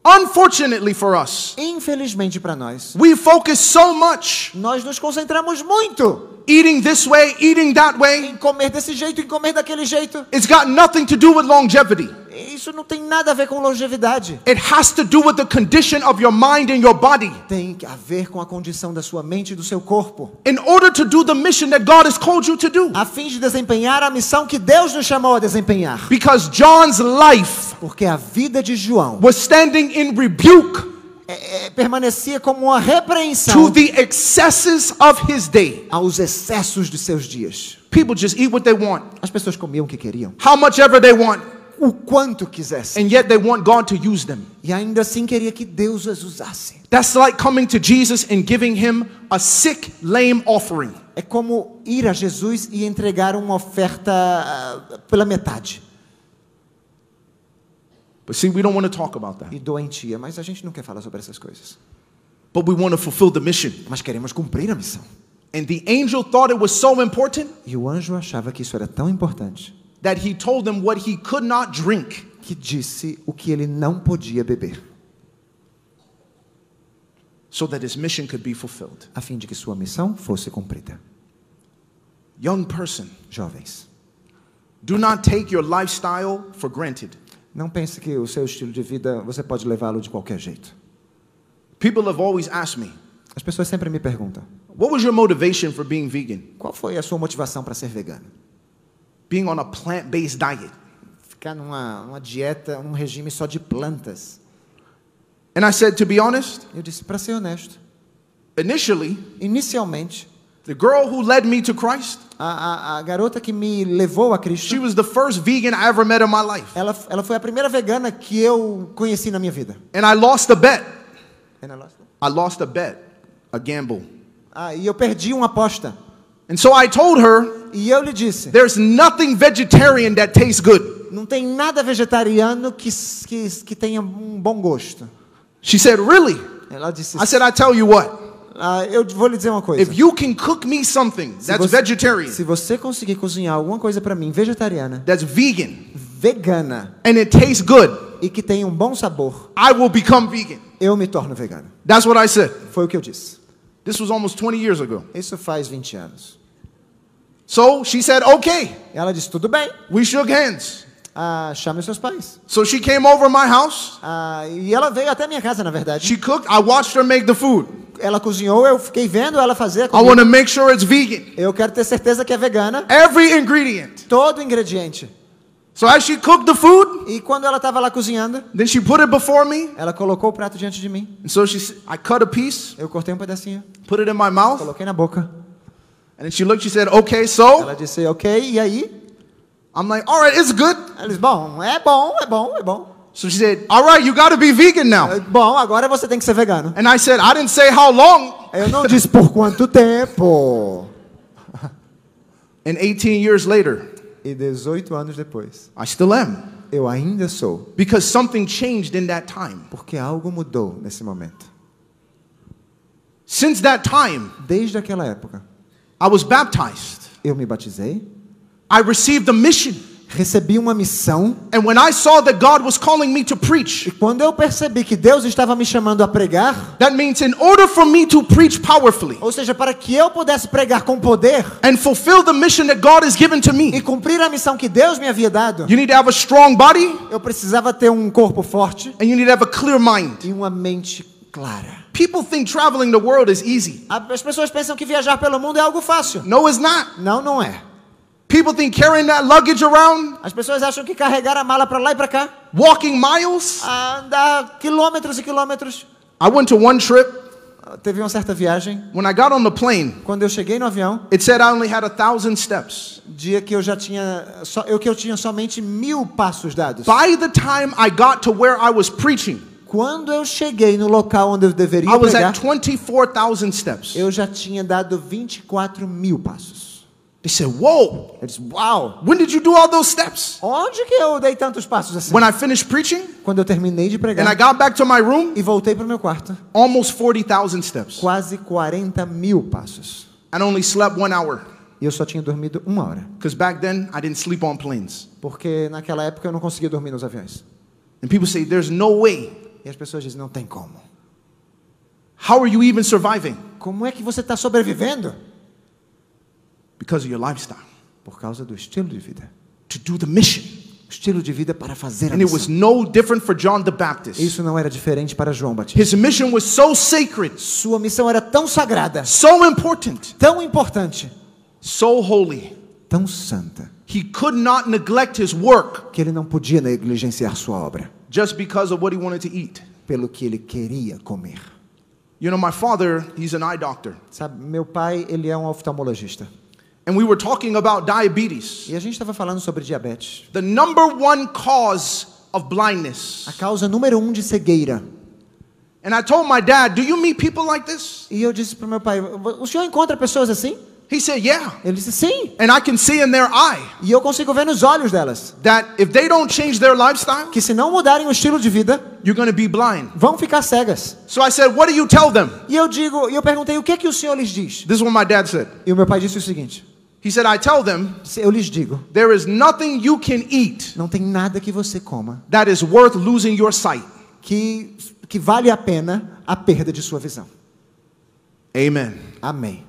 S1: Unfortunately for us,
S2: Infelizmente para nós,
S1: we focus so much
S2: nós nos concentramos muito
S1: eating this way, eating that way.
S2: em comer desse jeito, em comer daquele jeito.
S1: It's got nothing to do with longevity.
S2: Isso não tem nada a ver com longevidade.
S1: It has to do with the condition of your mind and your body.
S2: Tem a ver com a condição da sua mente e do seu corpo.
S1: In order to do the mission that God has called you to do.
S2: a fim de desempenhar a missão que Deus nos chamou a desempenhar.
S1: Because John's life
S2: Porque a vida de João
S1: was standing in rebuke
S2: é, é, permanecia como uma
S1: to
S2: repreensão
S1: the excesses of his day.
S2: aos excessos de seus dias.
S1: People just eat what they want,
S2: As pessoas comiam o que queriam,
S1: how much ever they want,
S2: o quanto quisessem,
S1: and yet they want God to use them.
S2: e ainda assim queria que Deus as usasse.
S1: That's like coming to Jesus and giving him a sick, lame offering.
S2: É como ir a Jesus e entregar uma oferta ah, pela metade.
S1: But see, we don't want to talk about that.
S2: E doentia, mas a gente não quer falar sobre essas coisas.
S1: But we want to fulfill the mission.
S2: Mas queremos cumprir a missão.
S1: And the angel thought it was so important
S2: E o anjo achava que isso era tão importante
S1: that he told them what he could not drink.
S2: que disse o que ele não podia beber,
S1: so that his mission could be fulfilled.
S2: a fim de que sua missão fosse cumprida.
S1: Young person,
S2: Jovens,
S1: do not take your lifestyle for granted.
S2: não pense que o seu estilo de vida você pode levá-lo de qualquer jeito.
S1: People have always asked me,
S2: As pessoas sempre me perguntam:
S1: what was your motivation for being vegan?
S2: qual foi a sua motivação para ser vegano?
S1: Being on a plant based diet.
S2: Ficar numa, numa dieta, num regime só de plantas.
S1: And I said, to be honest,
S2: Eu disse: para ser honesto,
S1: initially,
S2: inicialmente,
S1: the girl who led me to Christ,
S2: a, a, a garota que me levou a Cristo,
S1: she was the first vegan I ever met in my life.
S2: ela, ela foi a primeira vegana que eu conheci na minha vida.
S1: And I lost a bet.
S2: And I lost it.
S1: I lost a bet, a gamble.
S2: Ah, e eu perdi uma aposta.
S1: And so I told her,
S2: E eu lhe disse:
S1: there's nothing vegetarian that tastes good.
S2: não tem nada vegetariano que, s- que, s- que tenha um bom gosto.
S1: She said, really?
S2: Ela disse:
S1: I said, I tell you what,
S2: "Ah, eu vou lhe dizer uma coisa.
S1: If you can cook me something
S2: Se
S1: that's
S2: você-
S1: vegetarian,
S2: Se você conseguir cozinhar alguma coisa para mim vegetariana,
S1: that's vegan,
S2: vegana
S1: and it tastes good,
S2: e que tenha um bom sabor,
S1: I will become vegan.
S2: eu me torno vegano.
S1: That's what I said.
S2: Foi o que eu disse.
S1: This was almost 20 years ago.
S2: Isso faz 20 anos.
S1: So she said, okay.
S2: Ela disse: tudo bem,
S1: We shook hands.
S2: ah, chame os seus pais.
S1: So she came over my house.
S2: Ah, e ela veio até minha casa, na verdade.
S1: She cooked. I watched her make the food.
S2: Ela cozinhou, eu fiquei vendo ela fazer. a
S1: I
S2: comida.
S1: want to make sure it's vegan.
S2: Eu quero ter certeza que é vegana.
S1: Every ingredient.
S2: Todo ingrediente.
S1: So as she cooked the food,
S2: E quando ela estava lá cozinhando,
S1: then she put it before me.
S2: ela colocou o prato diante de mim.
S1: And so she, s- I cut a piece,
S2: Eu cortei um pedacinho,
S1: put it in my mouth,
S2: coloquei na boca.
S1: and then she looked. She said, okay. So
S2: Ela disse, ok, e aí?
S1: I'm like, all right, it's good.
S2: Ela disse, bom, é bom, é bom, é bom.
S1: So she said, all right, you got to be vegan now.
S2: É Bom, agora você tem que ser vegano.
S1: And I said, I didn't say how long.
S2: Eu não disse por quanto tempo.
S1: And 18 years later,
S2: E 18 anos depois,
S1: I still am.
S2: eu ainda sou.
S1: Because something changed in that time.
S2: Porque algo mudou nesse momento.
S1: Since that time,
S2: Desde aquela época,
S1: I was baptized.
S2: eu me batizei,
S1: I received a mission.
S2: recebi uma missão.
S1: And when I saw that God was calling me to
S2: E
S1: preach,
S2: quando eu percebi que Deus estava me chamando a pregar,
S1: that means in order for me to preach powerfully
S2: ou seja, para que eu pudesse pregar com poder,
S1: and fulfill the mission that God has given to
S2: e
S1: me,
S2: cumprir a missão que Deus me havia dado,
S1: you need to have a strong body
S2: eu precisava ter um corpo forte
S1: and you need to have a clear mind.
S2: e uma mente clara.
S1: People think traveling the world is easy.
S2: A- As pessoas pensam que viajar pelo mundo é algo fácil.
S1: No, it's not.
S2: Não, não é.
S1: People think carrying that luggage around,
S2: As pessoas acham que carregar a mala para lá e para cá,
S1: walking miles.
S2: a andar quilômetros e quilômetros.
S1: I went to one trip
S2: Ah, Teve uma certa viagem.
S1: When I got on the plane,
S2: Quando eu cheguei no avião,
S1: it said I only had a thousand steps.
S2: dia que eu já tinha, só, eu que eu tinha somente mil passos dados.
S1: By the time I got to where I was preaching,
S2: Quando eu cheguei no local onde eu
S1: I
S2: deveria
S1: was
S2: pregar,
S1: at 24,000 steps.
S2: eu já tinha dado 24 mil passos.
S1: They said, Whoa,
S2: Eu disse, uau!
S1: when did you do all those steps?
S2: Onde que eu dei tantos passos assim?
S1: When I finished preaching
S2: Quando eu terminei de pregar
S1: and I got back to my room,
S2: e voltei para o meu quarto,
S1: almost 40,000 steps.
S2: quase 40 mil passos.
S1: And only slept one hour
S2: E eu só tinha dormido uma hora,
S1: because back then I didn't sleep on planes.
S2: porque naquela época eu não conseguia dormir nos aviões.
S1: And people say, There's no way.
S2: E as pessoas dizem, não tem como.
S1: How are you even surviving?
S2: Como é que você está sobrevivendo?
S1: Because of your lifestyle.
S2: Por causa do estilo de vida.
S1: To do the mission.
S2: Estilo de vida para fazer a
S1: And it was
S2: missão.
S1: no different for John the Baptist.
S2: Isso não era diferente para João Batista.
S1: His mission was so sacred,
S2: Sua missão era tão sagrada,
S1: so important,
S2: tão importante,
S1: so holy.
S2: tão santa,
S1: He could not neglect his work
S2: que ele não podia negligenciar sua obra,
S1: just because of what he wanted to eat.
S2: pelo que ele queria comer.
S1: You know, my father, he's an eye doctor,
S2: Sabe, meu pai, ele é um oftalmologista.
S1: and we were talking about diabetes,
S2: E a gente estava falando sobre diabetes.
S1: the number one cause of
S2: A
S1: blindness.
S2: causa número um de cegueira.
S1: And I told my dad, Do you meet people like this?
S2: E eu disse para o meu pai, o senhor encontra pessoas assim?
S1: He said, Yeah.
S2: Ele disse sim.
S1: And I can see in their eye
S2: E eu consigo ver nos olhos delas
S1: that if they don't change their lifestyle,
S2: que se não mudarem o estilo de vida,
S1: you're going to be blind.
S2: vão ficar cegas.
S1: So I said, What do you tell them?
S2: E eu digo, e eu perguntei o que é que o Senhor lhes diz?
S1: This is what my dad said.
S2: E o meu pai disse o seguinte:
S1: He said, I tell them
S2: disse, eu lhes digo,
S1: there is nothing you can eat
S2: não tem nada que você coma
S1: that is worth losing your sight.
S2: que que vale a pena a perda de sua visão.
S1: Amen.
S2: Amém.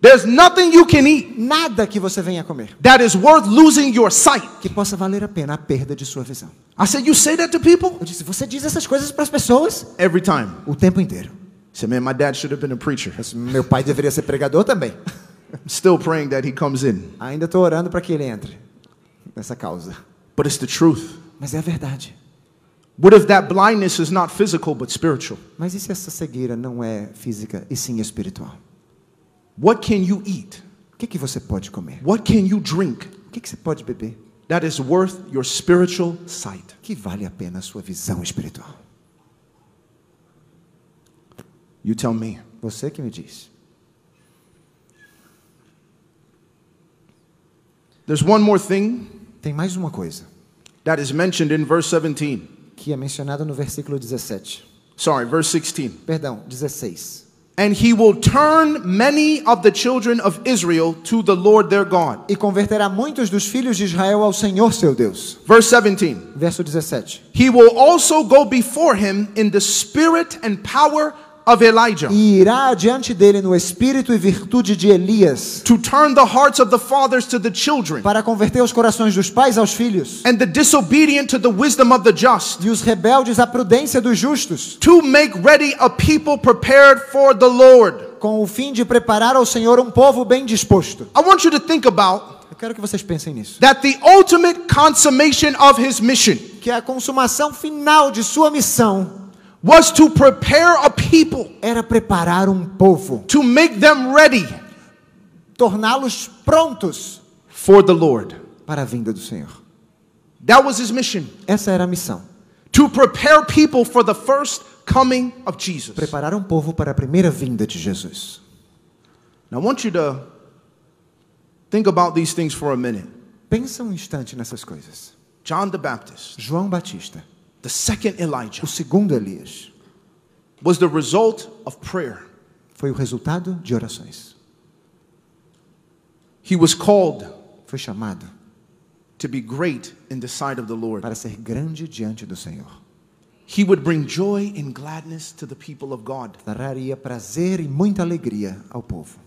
S1: There's nothing you can eat
S2: Nada que você venha comer
S1: that is worth losing your sight.
S2: que possa valer a pena a perda de sua visão.
S1: I said, You say that to people?
S2: Eu disse, você diz essas coisas para as pessoas
S1: Every time.
S2: o tempo inteiro.
S1: He said, Man, my dad should have been a preacher.
S2: Mas Meu pai deveria ser pregador também.
S1: I'm still praying that he comes in.
S2: Ainda estou orando para que ele entre nessa causa.
S1: But it's the truth.
S2: Mas é a verdade.
S1: What if that blindness is not physical but spiritual?
S2: Mas e se essa cegueira não é física e sim espiritual?
S1: What can you eat?
S2: O que, que você pode comer?
S1: What can you drink
S2: O que, que você pode beber
S1: that is worth your spiritual sight?
S2: que vale a pena a sua visão espiritual?
S1: You tell me.
S2: Você que me diz.
S1: There's one more thing
S2: Tem mais uma coisa
S1: that is mentioned in verse 17.
S2: que é mencionada no versículo 17.
S1: Sorry, verse 16.
S2: Perdão, 16.
S1: And he will turn many of the children of Israel to the Lord their God.
S2: E converterá muitos dos filhos de Israel ao Senhor seu Deus.
S1: Verse 17.
S2: Verso 17.
S1: He will also go before him in the spirit and power of Elijah
S2: E irá adiante dele no espírito e virtude de Elias,
S1: to turn the hearts of the fathers to the children
S2: para converter os corações dos pais aos filhos,
S1: and the disobedient to the wisdom of the just,
S2: e os rebeldes à prudência dos justos,
S1: to make ready a people prepared for the Lord.
S2: com o fim de preparar ao Senhor um povo bem disposto.
S1: I want you to think about
S2: Eu quero que vocês pensem nisso.
S1: that the ultimate consummation of his mission
S2: Que a consumação final de sua missão
S1: was to prepare a people,
S2: era preparar um povo,
S1: to make them ready
S2: torná-los prontos
S1: for the Lord.
S2: para a vinda do Senhor.
S1: That was his mission
S2: Essa era a missão.
S1: to prepare people for the first coming of Jesus.
S2: Preparar um povo para a primeira vinda de Jesus.
S1: Now, I want you to think about these things for a minute.
S2: Pensa um instante nessas coisas.
S1: John the Baptist,
S2: João Batista,
S1: the second
S2: o
S1: Elijah,
S2: segundo Elias,
S1: was the result of prayer.
S2: foi o resultado de orações.
S1: He was called
S2: Foi chamado
S1: to be great in the sight of the Lord.
S2: para ser grande diante do Senhor.
S1: He would bring joy and gladness to the people of God.
S2: Traria prazer e muita alegria ao povo.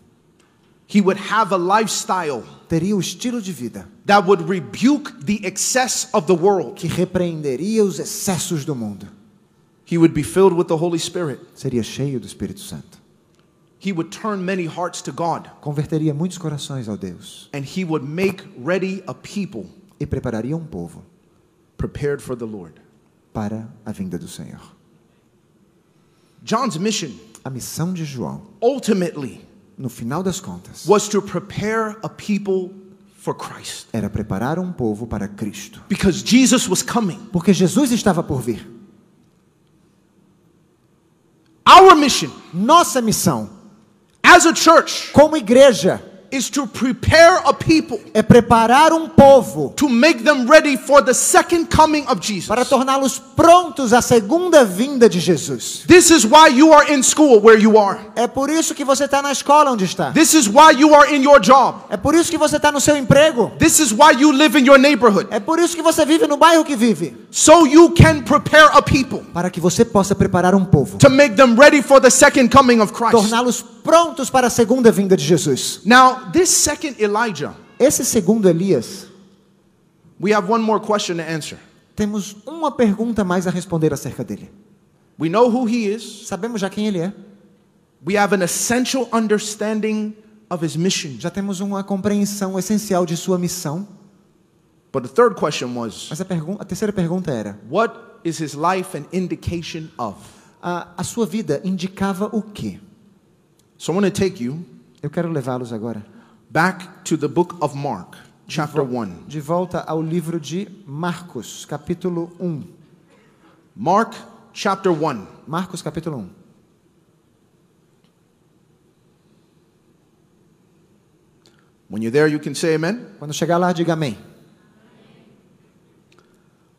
S1: He would have a lifestyle
S2: Teria o estilo de vida
S1: that would rebuke the excess of the world.
S2: que repreenderia os excessos do mundo.
S1: He would be filled with the Holy Spirit.
S2: Seria cheio do Espírito Santo.
S1: He would turn many hearts to God.
S2: Converteria muitos corações ao Deus
S1: And he would make ready a people
S2: e prepararia um povo
S1: prepared for the Lord.
S2: para a vinda do Senhor.
S1: John's mission
S2: A missão de João,
S1: ultimately
S2: no final das contas,
S1: was to prepare a people for Christ
S2: era preparar um povo para Cristo.
S1: because Jesus was coming.
S2: Porque Jesus estava por vir.
S1: Our mission
S2: Nossa missão,
S1: as a church
S2: como igreja,
S1: is to prepare a people
S2: é preparar um povo
S1: to make them ready for the second coming of Jesus.
S2: para torná-los prontos à segunda vinda de Jesus.
S1: This is why you are in school where you are.
S2: É por isso que você está na escola onde está.
S1: This is why you are in your job.
S2: É por isso que você está no seu emprego.
S1: This is why you live in your neighborhood.
S2: É por isso que você vive no bairro que vive.
S1: So you can prepare a people
S2: Para que você possa preparar um povo.
S1: to make them ready for the second coming of Christ.
S2: Torná-los prontos para a segunda vinda de Jesus.
S1: Now, this second Elijah,
S2: Esse segundo Elias,
S1: we have one more question to answer.
S2: temos uma pergunta mais a responder acerca dele.
S1: We know who he is.
S2: Sabemos já quem ele é.
S1: We have an essential understanding of his mission.
S2: Já temos uma compreensão essencial de sua missão.
S1: But the third question was
S2: Mas a, pergun- a terceira pergunta era:
S1: what is his life an indication of?
S2: a, a sua vida indicava o quê?
S1: So I want to take you
S2: Eu quero levá-los agora
S1: back to the book of Mark, chapter 1.
S2: de volta ao livro de Marcos, capítulo 1.
S1: Mark, chapter 1.
S2: Marcos, um. capítulo 1.
S1: When you're there, you can say amen.
S2: Quando chegar lá, diga amém.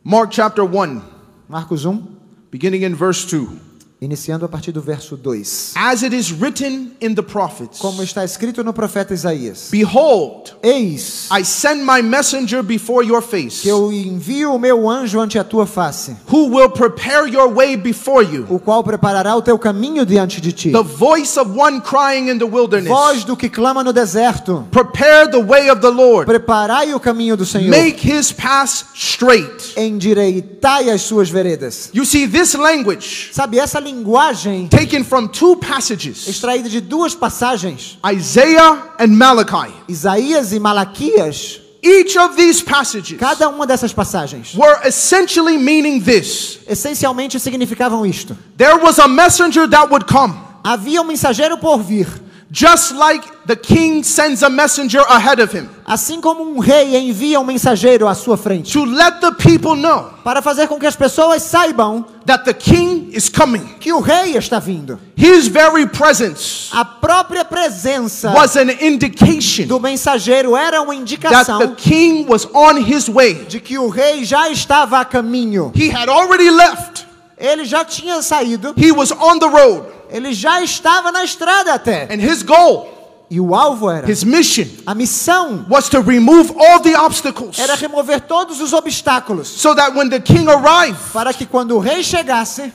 S1: Mark chapter 1,
S2: Marcos 1,
S1: beginning in verse 2.
S2: iniciando a partir do verso 2.
S1: As it is written in the prophets,
S2: Como está escrito no profeta Isaías:
S1: Behold,
S2: Eis
S1: I send my messenger before your face,
S2: que eu envio o meu anjo ante a tua face,
S1: who will prepare your way before you.
S2: o qual preparará o teu caminho diante de ti.
S1: The voice of one crying in the
S2: Voz
S1: wilderness,
S2: do que clama no deserto:
S1: Prepare the way of the Lord,
S2: Preparai o caminho do Senhor,
S1: make his paths straight.
S2: endireitai as suas veredas.
S1: You see, this language,
S2: Sabe, essa linguagem
S1: taken from two passages,
S2: extraída de duas passagens,
S1: Isaiah and Malachi,
S2: Isaías e Malaquias,
S1: each of these passages
S2: cada uma dessas passagens
S1: were essentially meaning this
S2: essencialmente significavam isto.
S1: there was a messenger that would come.
S2: Havia um mensageiro por vir,
S1: Just like the king sends a messenger ahead of him
S2: assim como um rei envia um mensageiro à sua frente,
S1: to let the people know
S2: para fazer com que as pessoas saibam
S1: that the king is coming.
S2: que o rei está vindo.
S1: His very presence
S2: A própria presença
S1: was an indication
S2: do mensageiro era uma
S1: that the
S2: indicação
S1: king was on his way.
S2: de que o rei já estava a caminho.
S1: He had already left,
S2: Ele já tinha saído,
S1: he was on the road,
S2: ele já estava na estrada até.
S1: and his goal,
S2: E o alvo era
S1: his mission,
S2: a missão
S1: was to remove all the obstacles
S2: era remover todos os obstáculos
S1: so that when the king arrived,
S2: para que quando o rei chegasse,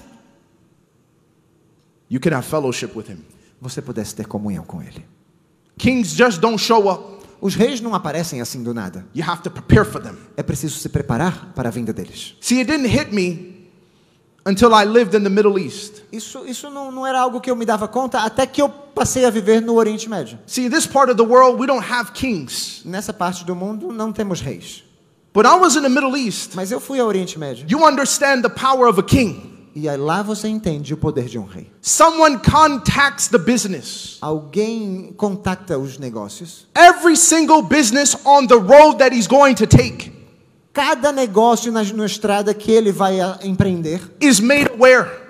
S1: you can have fellowship with him.
S2: você pudesse ter comunhão com ele.
S1: Kings just don't show up.
S2: Os reis não aparecem assim do nada.
S1: You have to prepare for them.
S2: É preciso se preparar para a vinda deles.
S1: See, it didn't hit me until I lived in the Middle East.
S2: Isso, isso não, não era algo que eu me dava conta até que eu passei a viver no Oriente Médio.
S1: See, this part of the world, we don't have kings.
S2: Nessa parte do mundo não temos reis.
S1: But I was in the Middle East.
S2: Mas eu fui ao Oriente Médio.
S1: You understand the power of a king.
S2: E aí lá você entende o poder de um rei.
S1: Someone contacts the business.
S2: Alguém contacta os negócios.
S1: Every single business on the road that he's going to take
S2: Cada negócio na, na estrada que ele vai ah, empreender
S1: is made aware.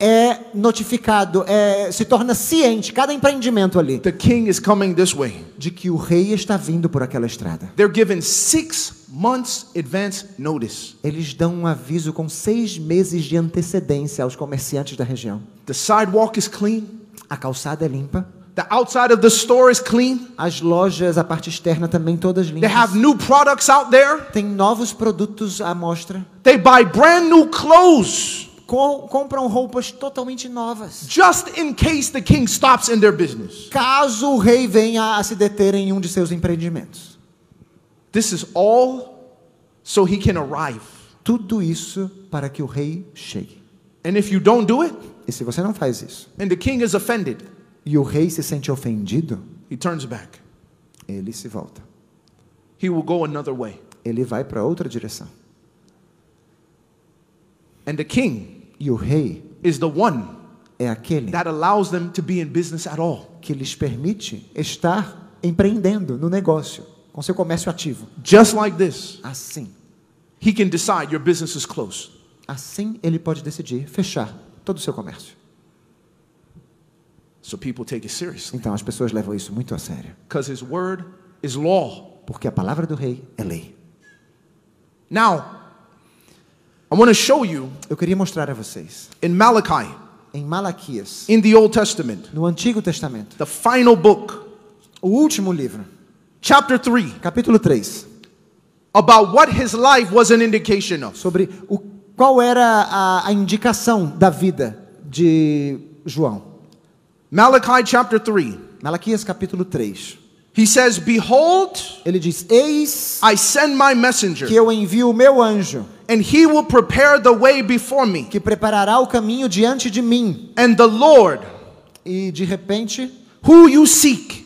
S2: é notificado, é, se torna ciente, cada empreendimento ali,
S1: The king is coming this way.
S2: de que o rei está vindo por aquela estrada.
S1: They're given six months advance notice.
S2: Eles dão um aviso com seis meses de antecedência aos comerciantes da região.
S1: The sidewalk is clean.
S2: A calçada é limpa,
S1: The outside of the store is clean.
S2: as lojas, a parte externa também todas
S1: They
S2: limpas.
S1: have new products out there.
S2: Tem novos produtos à mostra.
S1: They buy brand new clothes
S2: Co- compram roupas totalmente novas.
S1: just in case the king stops in their business.
S2: Caso o rei venha a se deter em um de seus empreendimentos.
S1: This is all so he can arrive.
S2: Tudo isso para que o rei chegue.
S1: And if you don't do it,
S2: E se você não faz isso,
S1: and the king is offended,
S2: e o rei se sente ofendido,
S1: he turns back.
S2: ele se volta.
S1: He will go another way.
S2: Ele vai para outra direção.
S1: And the king
S2: E o rei
S1: is the one
S2: é aquele
S1: that allows them to be in business at all,
S2: que lhes permite estar empreendendo no negócio, com seu comércio ativo.
S1: just like this.
S2: Assim,
S1: He can decide your business is closed.
S2: assim ele pode decidir fechar todo o seu comércio.
S1: So people take it seriously
S2: Então as pessoas levam isso muito a sério,
S1: because his word is law.
S2: porque a palavra do rei é lei.
S1: Now, I want to show you
S2: Eu queria mostrar a vocês,
S1: in Malachi,
S2: em Malaquias,
S1: in the Old Testament,
S2: no Antigo Testamento,
S1: the final book,
S2: o último livro,
S1: chapter 3,
S2: capítulo 3,
S1: about what his life was an indication of.
S2: sobre o, qual era a, a indicação da vida de João.
S1: Malachi chapter 3,
S2: Malaquias capítulo 3.
S1: he says, Behold,
S2: Ele diz: Eis
S1: I send my messenger,
S2: que eu envio o meu anjo,
S1: and he will prepare the way before me.
S2: que preparará o caminho diante de mim.
S1: And the Lord,
S2: E de repente,
S1: who you seek,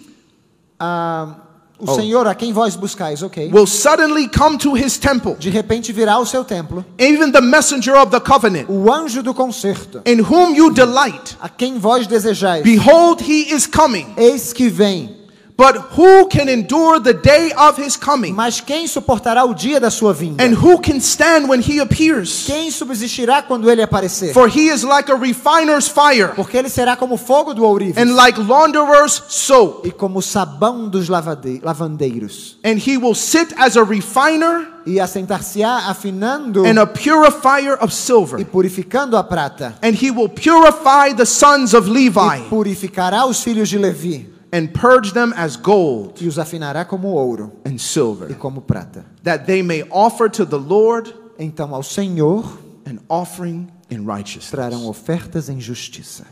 S2: ah, o
S1: Oh.
S2: Senhor a quem vós buscais, ok?
S1: will suddenly come to his temple,
S2: De repente virá ao seu templo
S1: even the messenger of the covenant,
S2: o anjo do concerto,
S1: in whom you delight.
S2: a quem vós desejais.
S1: Behold, he is coming,
S2: Eis que vem,
S1: But who can endure the day of his coming?
S2: Mas quem suportará o dia da sua vinda?
S1: And who can stand when he appears?
S2: Quem subsistirá quando ele aparecer?
S1: For he is like a refiner's fire,
S2: Porque ele será como o fogo do ourives
S1: and like launderer's soap.
S2: e como o sabão dos lavade- lavandeiros.
S1: And he will sit as a refiner
S2: E assentar-se-á afinando
S1: and a purifier of
S2: e
S1: silver.
S2: purificando a prata.
S1: And he will purify the sons of
S2: E
S1: Levi
S2: purificará os filhos de Levi
S1: and purge them as gold
S2: e os afinará como ouro
S1: and
S2: e
S1: silver,
S2: como prata.
S1: that they may offer to the Lord
S2: Então ao Senhor
S1: an offering in righteousness.
S2: trarão ofertas em justiça.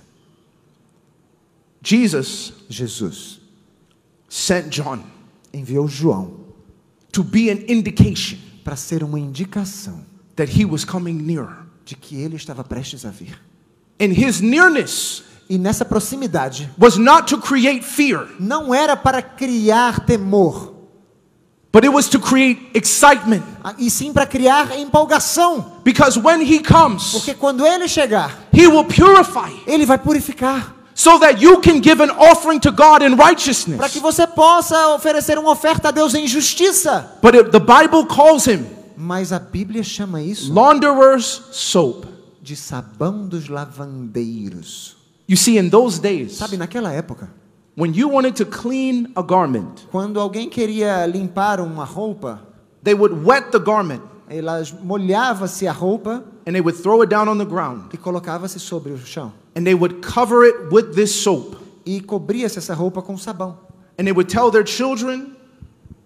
S1: Jesus
S2: Jesus
S1: sent John
S2: enviou João
S1: to be an indication
S2: para ser uma indicação
S1: that he was coming nearer.
S2: de que ele estava prestes a vir.
S1: And his nearness
S2: E nessa proximidade
S1: was not to create fear,
S2: não era para criar temor,
S1: but it was to create excitement.
S2: a- e sim para criar empolgação,
S1: Because when he comes,
S2: porque quando ele chegar,
S1: he will purify
S2: ele vai purificar,
S1: so that you can give an offering to God in
S2: para que
S1: righteousness.
S2: você possa oferecer uma oferta a Deus em justiça.
S1: But it, the Bible calls him
S2: Mas a Bíblia chama isso
S1: launderer's soap.
S2: de sabão dos lavandeiros.
S1: You see, in those days,
S2: Sabe, naquela época,
S1: when you wanted to clean a garment,
S2: quando alguém queria limpar uma roupa,
S1: they would wet the garment
S2: elas molhava-se a roupa
S1: and they would throw it down on the ground
S2: e colocava-se sobre o chão
S1: and they would cover it with this soap.
S2: e cobria-se essa roupa com sabão.
S1: And they would tell their children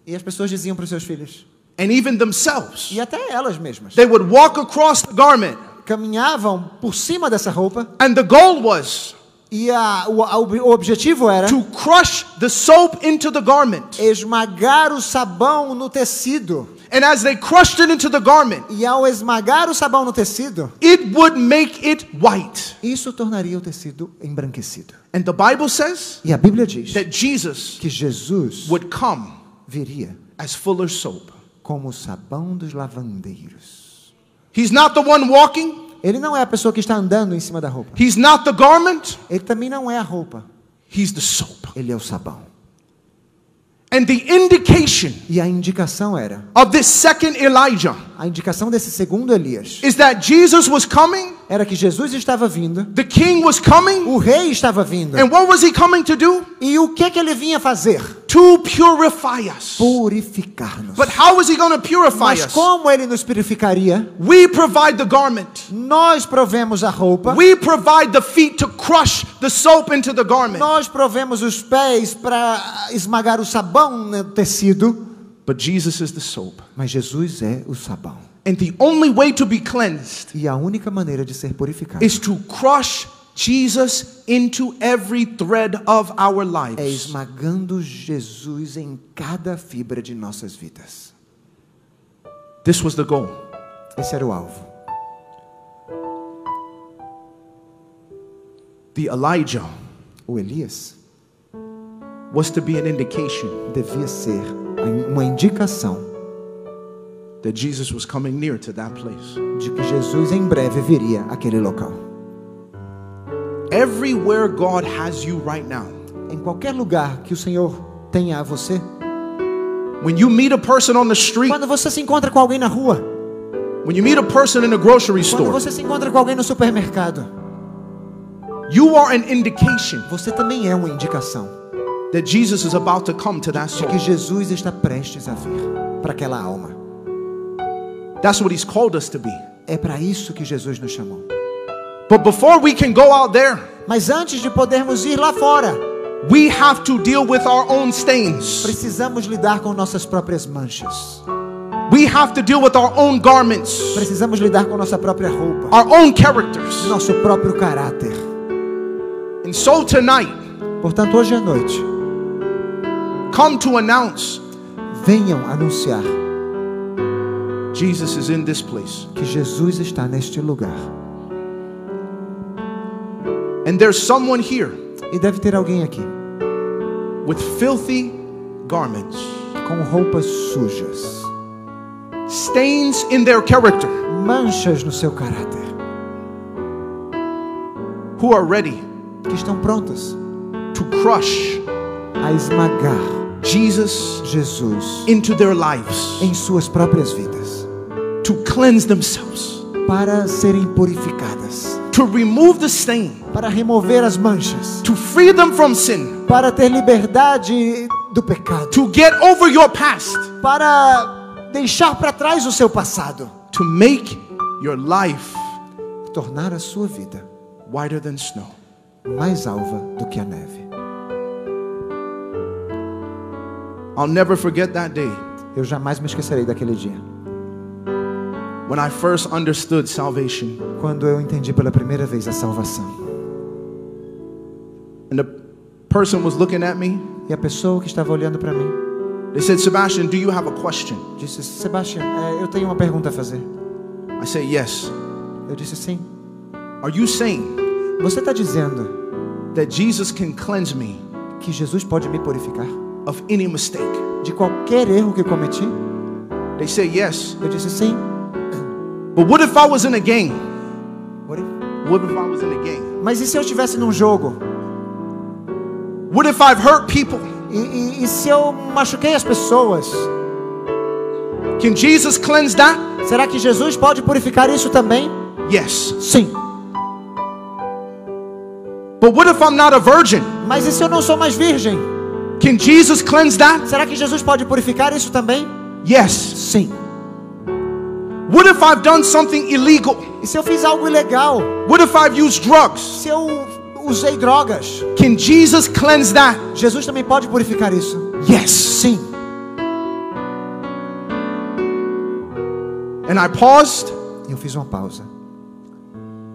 S2: E as pessoas diziam para os seus filhos,
S1: and even themselves.
S2: e até elas mesmas,
S1: They would walk across the garment,
S2: caminhavam por cima dessa roupa
S1: and the goal was
S2: e a- o, a- o objetivo era
S1: to crush the soap into the garment.
S2: esmagar o sabão no tecido.
S1: And as they crushed it into the garment,
S2: E ao esmagar o sabão no tecido,
S1: it would make it white.
S2: isso tornaria o tecido embranquecido.
S1: And the Bible says
S2: E a Bíblia diz
S1: that Jesus
S2: que Jesus
S1: would come
S2: viria
S1: as fuller soap.
S2: como o sabão dos lavandeiros.
S1: He's not the one walking,
S2: Ele não é a pessoa que está andando em cima da roupa.
S1: he's not the garment,
S2: Ele também não é a roupa.
S1: he's the soap.
S2: Ele é o sabão.
S1: And the indication
S2: E a indicação era,
S1: of this second Elijah
S2: a indicação desse segundo Elias,
S1: is that Jesus was coming,
S2: era que Jesus estava vindo,
S1: the king was coming,
S2: o rei estava vindo.
S1: and what was he coming to do?
S2: E o que que ele vinha fazer?
S1: to purify us.
S2: Purificar-nos.
S1: But how is he going to purify
S2: Mas
S1: us?
S2: como ele nos purificaria?
S1: We provide the garment.
S2: Nós provemos a roupa,
S1: We provide the feet to crush the soap into the garment.
S2: nós provemos os pés para esmagar o sabão no tecido,
S1: But Jesus is the soap.
S2: mas Jesus é o sabão.
S1: And the only way to be cleansed
S2: E a única maneira de ser purificado
S1: is to crush Jesus into every thread of our
S2: é
S1: lives.
S2: esmagando Jesus em cada fibra de nossas vidas.
S1: This was the goal.
S2: Esse era o alvo.
S1: The Elijah
S2: O Elias
S1: was to be an indication
S2: devia ser uma indicação
S1: that Jesus was coming near to that place.
S2: de que Jesus em breve viria àquele local.
S1: Everywhere God has you right now,
S2: Em qualquer lugar que o Senhor tenha a você,
S1: when you meet a person on the street,
S2: quando você se encontra com alguém na rua,
S1: When you meet a person in a grocery
S2: quando
S1: store,
S2: você se encontra com alguém no supermercado,
S1: you are an indication
S2: você também é uma indicação
S1: that Jesus is about to come to that
S2: de
S1: soul.
S2: que Jesus está prestes a vir para aquela alma.
S1: That's what he's called us to be.
S2: É para isso que Jesus nos chamou.
S1: But before we can go out there,
S2: Mas antes de podermos ir lá fora,
S1: we have to deal with our own stains.
S2: Precisamos lidar com nossas próprias manchas.
S1: We have to deal with our own garments,
S2: Precisamos lidar com nossa própria roupa,
S1: our own characters.
S2: nosso próprio caráter.
S1: And so tonight,
S2: Portanto, hoje à noite,
S1: come to announce
S2: venham anunciar
S1: Jesus is in this place.
S2: que Jesus está neste lugar.
S1: And there's someone here
S2: E deve ter alguém aqui
S1: with filthy garments,
S2: com roupas sujas,
S1: stains in their character,
S2: manchas no seu caráter,
S1: who are ready
S2: que estão prontas
S1: to crush
S2: a esmagar
S1: Jesus
S2: Jesus
S1: into their lives
S2: em suas próprias vidas,
S1: to cleanse themselves,
S2: para serem purificadas,
S1: to remove the stain,
S2: para remover as manchas,
S1: to free them from sin,
S2: para ter liberdade do pecado,
S1: to get over your past,
S2: para deixar para trás o seu passado,
S1: to make your life
S2: tornar a sua vida
S1: whiter than snow.
S2: mais alva do que a neve.
S1: I'll never forget that day
S2: Eu jamais me esquecerei daquele dia,
S1: when I first understood salvation
S2: quando eu entendi pela primeira vez a salvação.
S1: and the person was looking at me.
S2: E a pessoa que estava olhando para mim
S1: They said, Sebastian, do you have a question?
S2: disse: Sebastião, é, eu tenho uma pergunta a fazer.
S1: I said, Yes.
S2: Eu disse: Sim.
S1: Are you saying
S2: Você está dizendo
S1: that Jesus can cleanse me
S2: que Jesus pode me purificar
S1: of any mistake?
S2: de qualquer erro que cometi?
S1: They said, Yes.
S2: Eu disse: Sim.
S1: But what if I was in a gang?
S2: What if-
S1: What if I was in a gang?
S2: Mas e se eu estivesse num jogo?
S1: What if I've hurt people?
S2: E, e- e se eu machuquei as pessoas?
S1: Can Jesus cleanse that?
S2: Será que Jesus pode purificar isso também?
S1: Yes.
S2: Sim.
S1: But what if I'm not a virgin?
S2: Mas e se eu não sou mais virgem?
S1: Can Jesus cleanse that?
S2: Será que Jesus pode purificar isso também?
S1: Yes.
S2: Sim.
S1: What if I've done something illegal?
S2: E se eu fiz algo ilegal?
S1: What if I've used drugs?
S2: Se eu usei drogas?
S1: Can Jesus cleanse that?
S2: Jesus também pode purificar isso?
S1: Yes.
S2: Sim.
S1: And I paused
S2: Eu fiz uma pausa.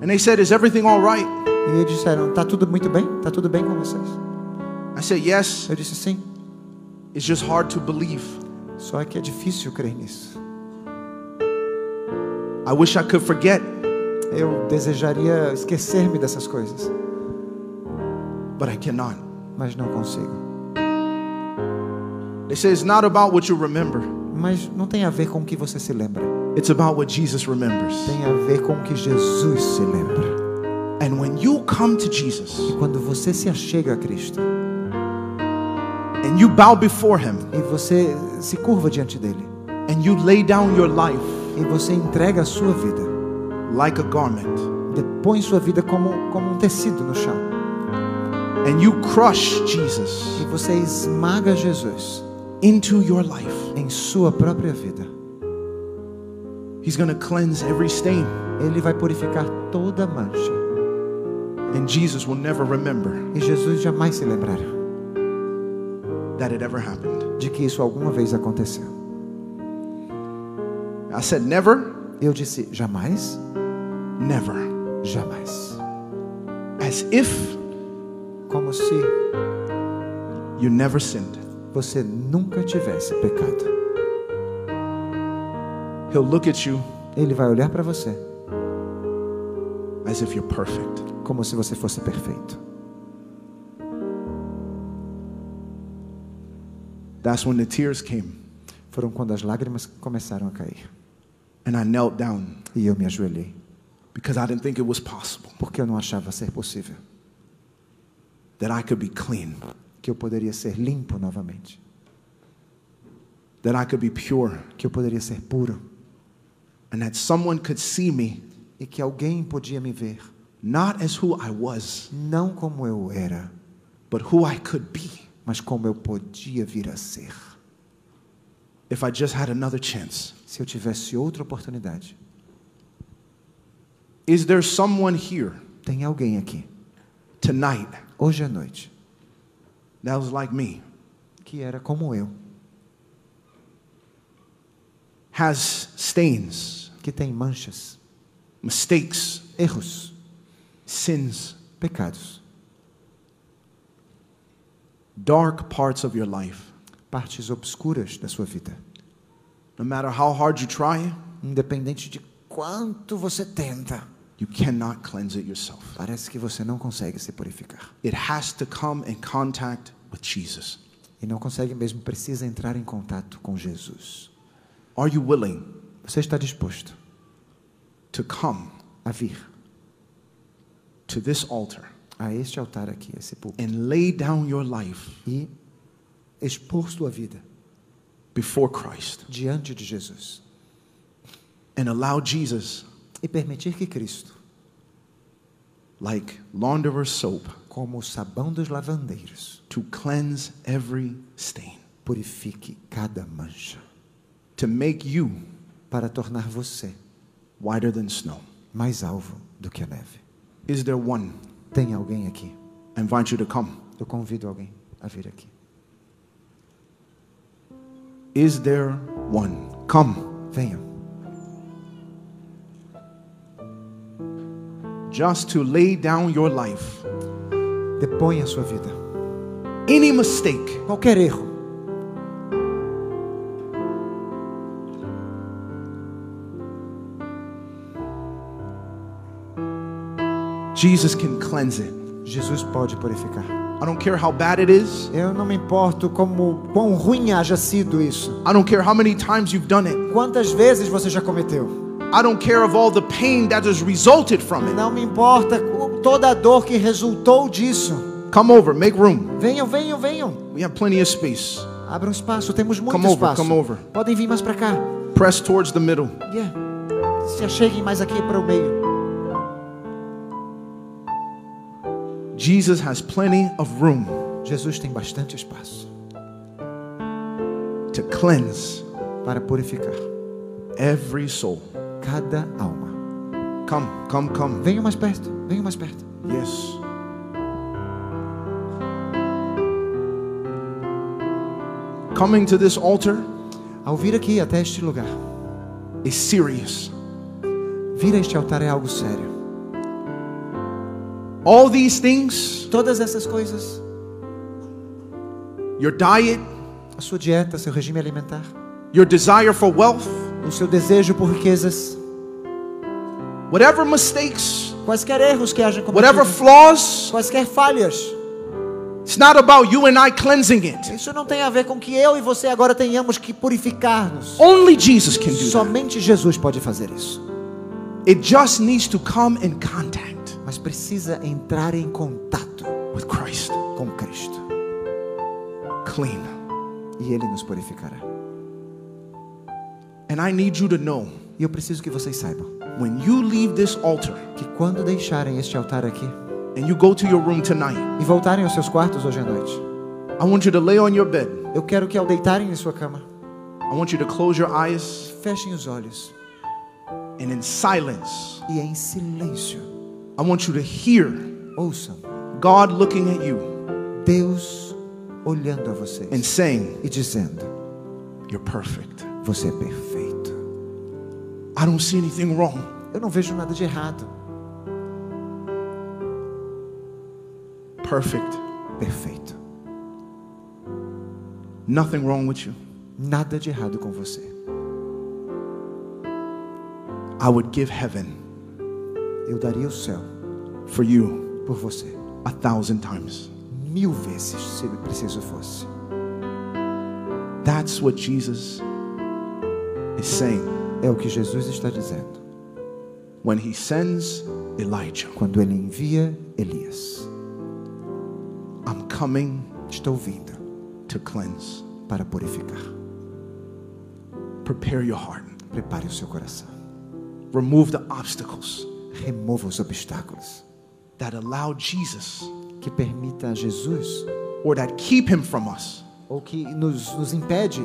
S1: and they said, Is everything all right?
S2: E eles disseram: Tá tudo muito bem? Tá tudo bem com vocês?
S1: I said, Yes.
S2: Eu disse: Sim.
S1: It's just hard to believe.
S2: Só é que é difícil crer nisso.
S1: I wish I could forget,
S2: Eu desejaria esquecer-me dessas coisas,
S1: but I cannot.
S2: mas não consigo.
S1: They say it's not about what you remember,
S2: Mas não tem a ver com o que você se lembra.
S1: it's about what Jesus remembers.
S2: Tem a ver com o que Jesus se lembra.
S1: And when you come to Jesus
S2: Quando você se achega a Cristo
S1: and you bow before him
S2: e você se curva diante dele
S1: and you lay down your life
S2: e você entrega a sua vida,
S1: like a garment
S2: depõe sua vida como, como um tecido no chão
S1: and you crush
S2: e
S1: Jesus
S2: você esmaga Jesus
S1: into your life,
S2: em sua própria vida,
S1: he's going to cleanse every stain
S2: ele vai purificar toda mancha
S1: and Jesus will never remember
S2: e Jesus jamais se lembrará
S1: that it ever happened.
S2: de que isso alguma vez aconteceu.
S1: I said, Never,
S2: Eu disse: jamais,
S1: never.
S2: jamais.
S1: As if
S2: Como se
S1: you never sinned.
S2: você nunca tivesse pecado.
S1: He'll look at you
S2: Ele vai olhar para você
S1: as if you're perfect.
S2: como se você fosse perfeito.
S1: That's when the tears came.
S2: Foram quando as lágrimas começaram a cair
S1: And I knelt down
S2: e eu me ajoelhei,
S1: because I didn't think it was possible
S2: porque eu não achava ser possível
S1: that I could be clean,
S2: que eu poderia ser limpo novamente,
S1: that I could be pure,
S2: que eu poderia ser puro
S1: and that someone could see me
S2: e que alguém podia me ver
S1: not as who I was,
S2: não como eu era,
S1: but who I could be
S2: mas como eu podia vir a ser.
S1: if I just had another chance.
S2: Se eu tivesse outra oportunidade,
S1: Is there someone here
S2: tem alguém aqui
S1: tonight
S2: hoje à noite
S1: that was like me?
S2: que era como eu,
S1: Has stains,
S2: que tem manchas,
S1: mistakes,
S2: erros,
S1: sins,
S2: pecados,
S1: dark parts of your life?
S2: partes obscuras da sua vida.
S1: No matter how hard you try,
S2: Independente de quanto você tenta,
S1: you cannot cleanse it yourself.
S2: parece que você não consegue se purificar.
S1: It has to come in contact with Jesus.
S2: E não consegue mesmo, precisa entrar em contato com Jesus.
S1: Are you willing
S2: Você está disposto
S1: to come
S2: a vir
S1: to this altar
S2: a este altar aqui, a esse púlpito,
S1: and lay down your life
S2: e expor sua vida
S1: before Christ
S2: diante de Jesus
S1: and allow Jesus,
S2: e permitir que Cristo,
S1: like launderer soap,
S2: como o sabão dos lavandeiros,
S1: to cleanse every stain,
S2: purifique cada mancha
S1: to make you
S2: para tornar você
S1: whiter than snow.
S2: mais alvo do que a neve.
S1: Is there one?
S2: Tem alguém aqui?
S1: I invite you to come.
S2: Eu convido alguém a vir aqui.
S1: Is there one? Come.
S2: Venham.
S1: Just to lay down your life.
S2: Deponha a sua vida.
S1: Any mistake,
S2: Qualquer erro,
S1: Jesus can cleanse it.
S2: Jesus pode purificar.
S1: I don't care how bad it is.
S2: Eu não me importo como quão ruim haja sido isso.
S1: I don't care how many times you've done it.
S2: Quantas vezes você já cometeu?
S1: I don't care of all the pain that has resulted from it.
S2: Não me importa o- toda a dor que resultou disso.
S1: Come over, make room.
S2: Venham, venham, venham.
S1: We have plenty of space.
S2: Abra um espaço, temos muito
S1: Come over,
S2: espaço.
S1: come over.
S2: Podem vir mais para cá.
S1: Press towards the middle.
S2: Yeah. Se acheguem mais aqui para o meio.
S1: Jesus has plenty of room
S2: Jesus tem bastante espaço
S1: to cleanse
S2: para purificar
S1: every soul.
S2: cada alma.
S1: Come, come, come.
S2: Venham mais perto, venham mais perto.
S1: Yes. Coming to this altar
S2: Ao vir aqui até este lugar,
S1: is serious.
S2: vir a este altar é algo sério.
S1: All these things
S2: Todas essas coisas
S1: your diet,
S2: A sua dieta, seu regime alimentar,
S1: your desire for wealth,
S2: o seu desejo por riquezas,
S1: whatever mistakes,
S2: quaisquer erros que hajam cometido,
S1: whatever flaws,
S2: quaisquer falhas.
S1: it's not about you and I cleansing it.
S2: Isso não tem a ver com que eu e você agora tenhamos que purificar-nos.
S1: Only Jesus can do that.
S2: Somente Jesus pode fazer isso.
S1: It just needs to come in contact
S2: Mas precisa entrar em contato
S1: with Christ.
S2: com Cristo
S1: Clean.
S2: e Ele nos purificará.
S1: And I need you to know
S2: E eu preciso que vocês saibam
S1: when you leave this altar
S2: que quando deixarem este altar aqui
S1: and you go to your room tonight,
S2: e voltarem aos seus quartos hoje à noite,
S1: I want you to lay on your bed.
S2: eu quero que ao deitarem em sua cama,
S1: I want you to close your eyes
S2: fechem os olhos
S1: and in silence,
S2: e em silêncio
S1: I want you to hear
S2: ouçam
S1: God looking at you
S2: Deus olhando a vocês.
S1: and saying,
S2: e dizendo:
S1: You're perfect.
S2: Você é perfeito.
S1: I don't see anything wrong.
S2: Eu não vejo nada de errado.
S1: Perfect.
S2: Perfeito.
S1: Nothing wrong with you.
S2: Nada de errado com você.
S1: I would give heaven
S2: Eu daria o céu
S1: for you
S2: por você
S1: a thousand times.
S2: mil vezes, se preciso fosse.
S1: That's what Jesus is saying
S2: É o que Jesus está dizendo
S1: when he sends Elijah.
S2: quando ele envia Elias.
S1: I'm coming
S2: Estou vindo
S1: to cleanse.
S2: para purificar.
S1: Prepare your heart.
S2: Prepare o seu coração.
S1: Remove the obstacles
S2: Remova os obstáculos
S1: that allow Jesus
S2: que permita a Jesus
S1: or that keep him from us.
S2: ou que nos, nos impede.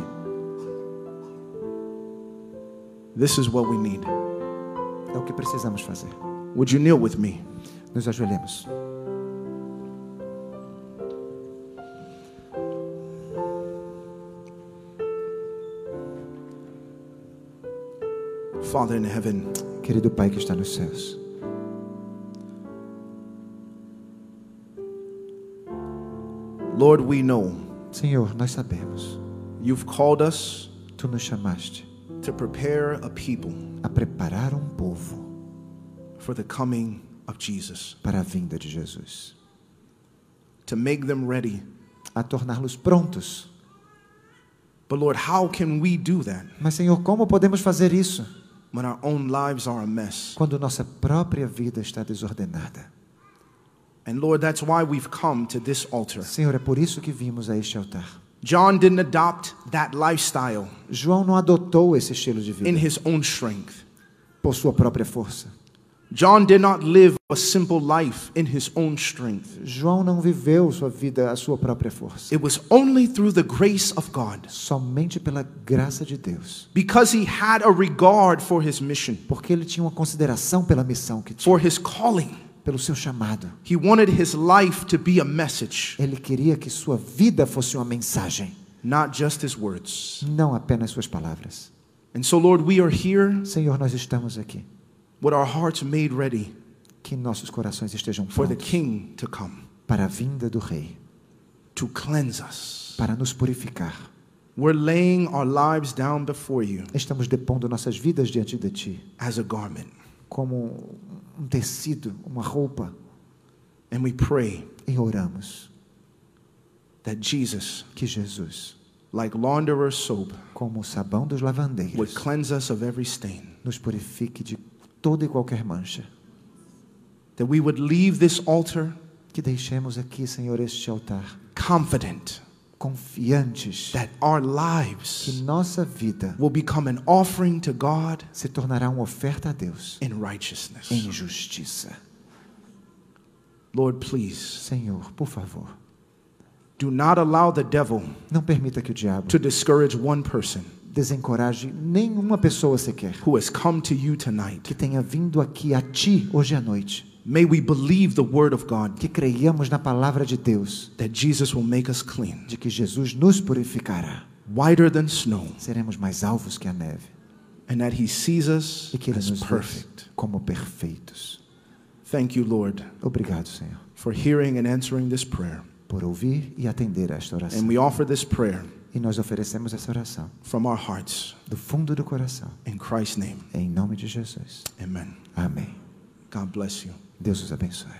S1: This is what we need.
S2: É o que precisamos fazer.
S1: Would you kneel with me?
S2: Nos ajoelhemos.
S1: Father in heaven,
S2: Querido Pai que está nos céus.
S1: Lord, we know
S2: Senhor, nós sabemos.
S1: you've called us
S2: Tu nos chamaste
S1: to prepare a people
S2: a preparar um povo
S1: for the coming of Jesus,
S2: para a vinda de Jesus,
S1: to make them ready.
S2: a torná-los prontos.
S1: But Lord, how can we do that
S2: Mas, Senhor, como podemos fazer isso
S1: when our own lives are a mess?
S2: quando nossa própria vida está desordenada?
S1: And Lord, that's why we've come to this altar
S2: Senhor, é por isso que vimos a este altar
S1: John didn't adopt that lifestyle
S2: João não adotou esse estilo de
S1: in
S2: vida
S1: his own strength.
S2: por sua própria força.
S1: John did not live a simple life in his own strength.
S2: João não viveu sua vida à sua própria força.
S1: It was only through the grace of God,
S2: Somente pela graça de Deus.
S1: because he had a regard for his mission,
S2: Porque ele tinha uma consideração pela missão que tinha,
S1: for his calling.
S2: pelo seu chamado.
S1: He wanted his life to be a message,
S2: Ele queria que sua vida fosse uma mensagem,
S1: not just his words.
S2: não apenas suas palavras.
S1: And so, Lord, we are here
S2: Senhor, nós estamos aqui.
S1: with our hearts made ready
S2: Que nossos corações estejam
S1: for the
S2: prontos
S1: King to come,
S2: para a vinda do Rei,
S1: to cleanse us.
S2: para nos purificar.
S1: We're laying our lives down before you
S2: Estamos depondo nossas vidas diante de Ti,
S1: as a garment,
S2: como um tecido, uma roupa,
S1: and we pray
S2: e oramos
S1: that Jesus,
S2: que Jesus,
S1: like launderer's soap,
S2: como o sabão dos
S1: would
S2: lavandeiros,
S1: cleanse us of every stain.
S2: nos purifique de toda e qualquer mancha.
S1: That we would leave this altar
S2: Que deixemos aqui, Senhor, este altar,
S1: confident
S2: confiantes
S1: that our
S2: que
S1: lives
S2: nossa vida
S1: will become an offering to God
S2: se tornará uma oferta a Deus
S1: in righteousness.
S2: em justiça.
S1: Lord, please
S2: Senhor, por favor,
S1: do not allow the devil
S2: não permita que o diabo
S1: to discourage one person
S2: desencoraje nenhuma pessoa sequer
S1: who has come to you tonight.
S2: que tenha vindo aqui a ti hoje à noite,
S1: May we believe the word of God
S2: que creiamos na palavra de Deus,
S1: that Jesus will make us clean,
S2: de que Jesus nos purificará.
S1: whiter than snow,
S2: Seremos mais alvos que a neve
S1: and that he sees us
S2: e que ele
S1: as
S2: nos
S1: perfect.
S2: perfeito como perfeitos.
S1: Thank you, Lord,
S2: Obrigado, Senhor,
S1: for hearing and answering this prayer.
S2: por ouvir e atender a esta oração.
S1: And we offer this prayer
S2: E nós oferecemos essa oração
S1: from our hearts
S2: do fundo do coração,
S1: in Christ's name.
S2: em nome de Jesus.
S1: Amen.
S2: Amém.
S1: God bless you.
S2: Deus os abençoe.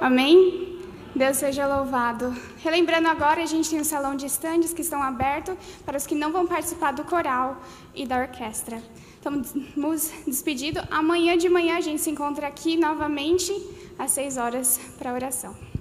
S3: Amém? Deus seja louvado. Relembrando agora, a gente tem um salão de estandes que estão abertos para os que não vão participar do coral e da orquestra. Estamos despedidos. Amanhã de manhã a gente se encontra aqui novamente às 6 horas para a oração.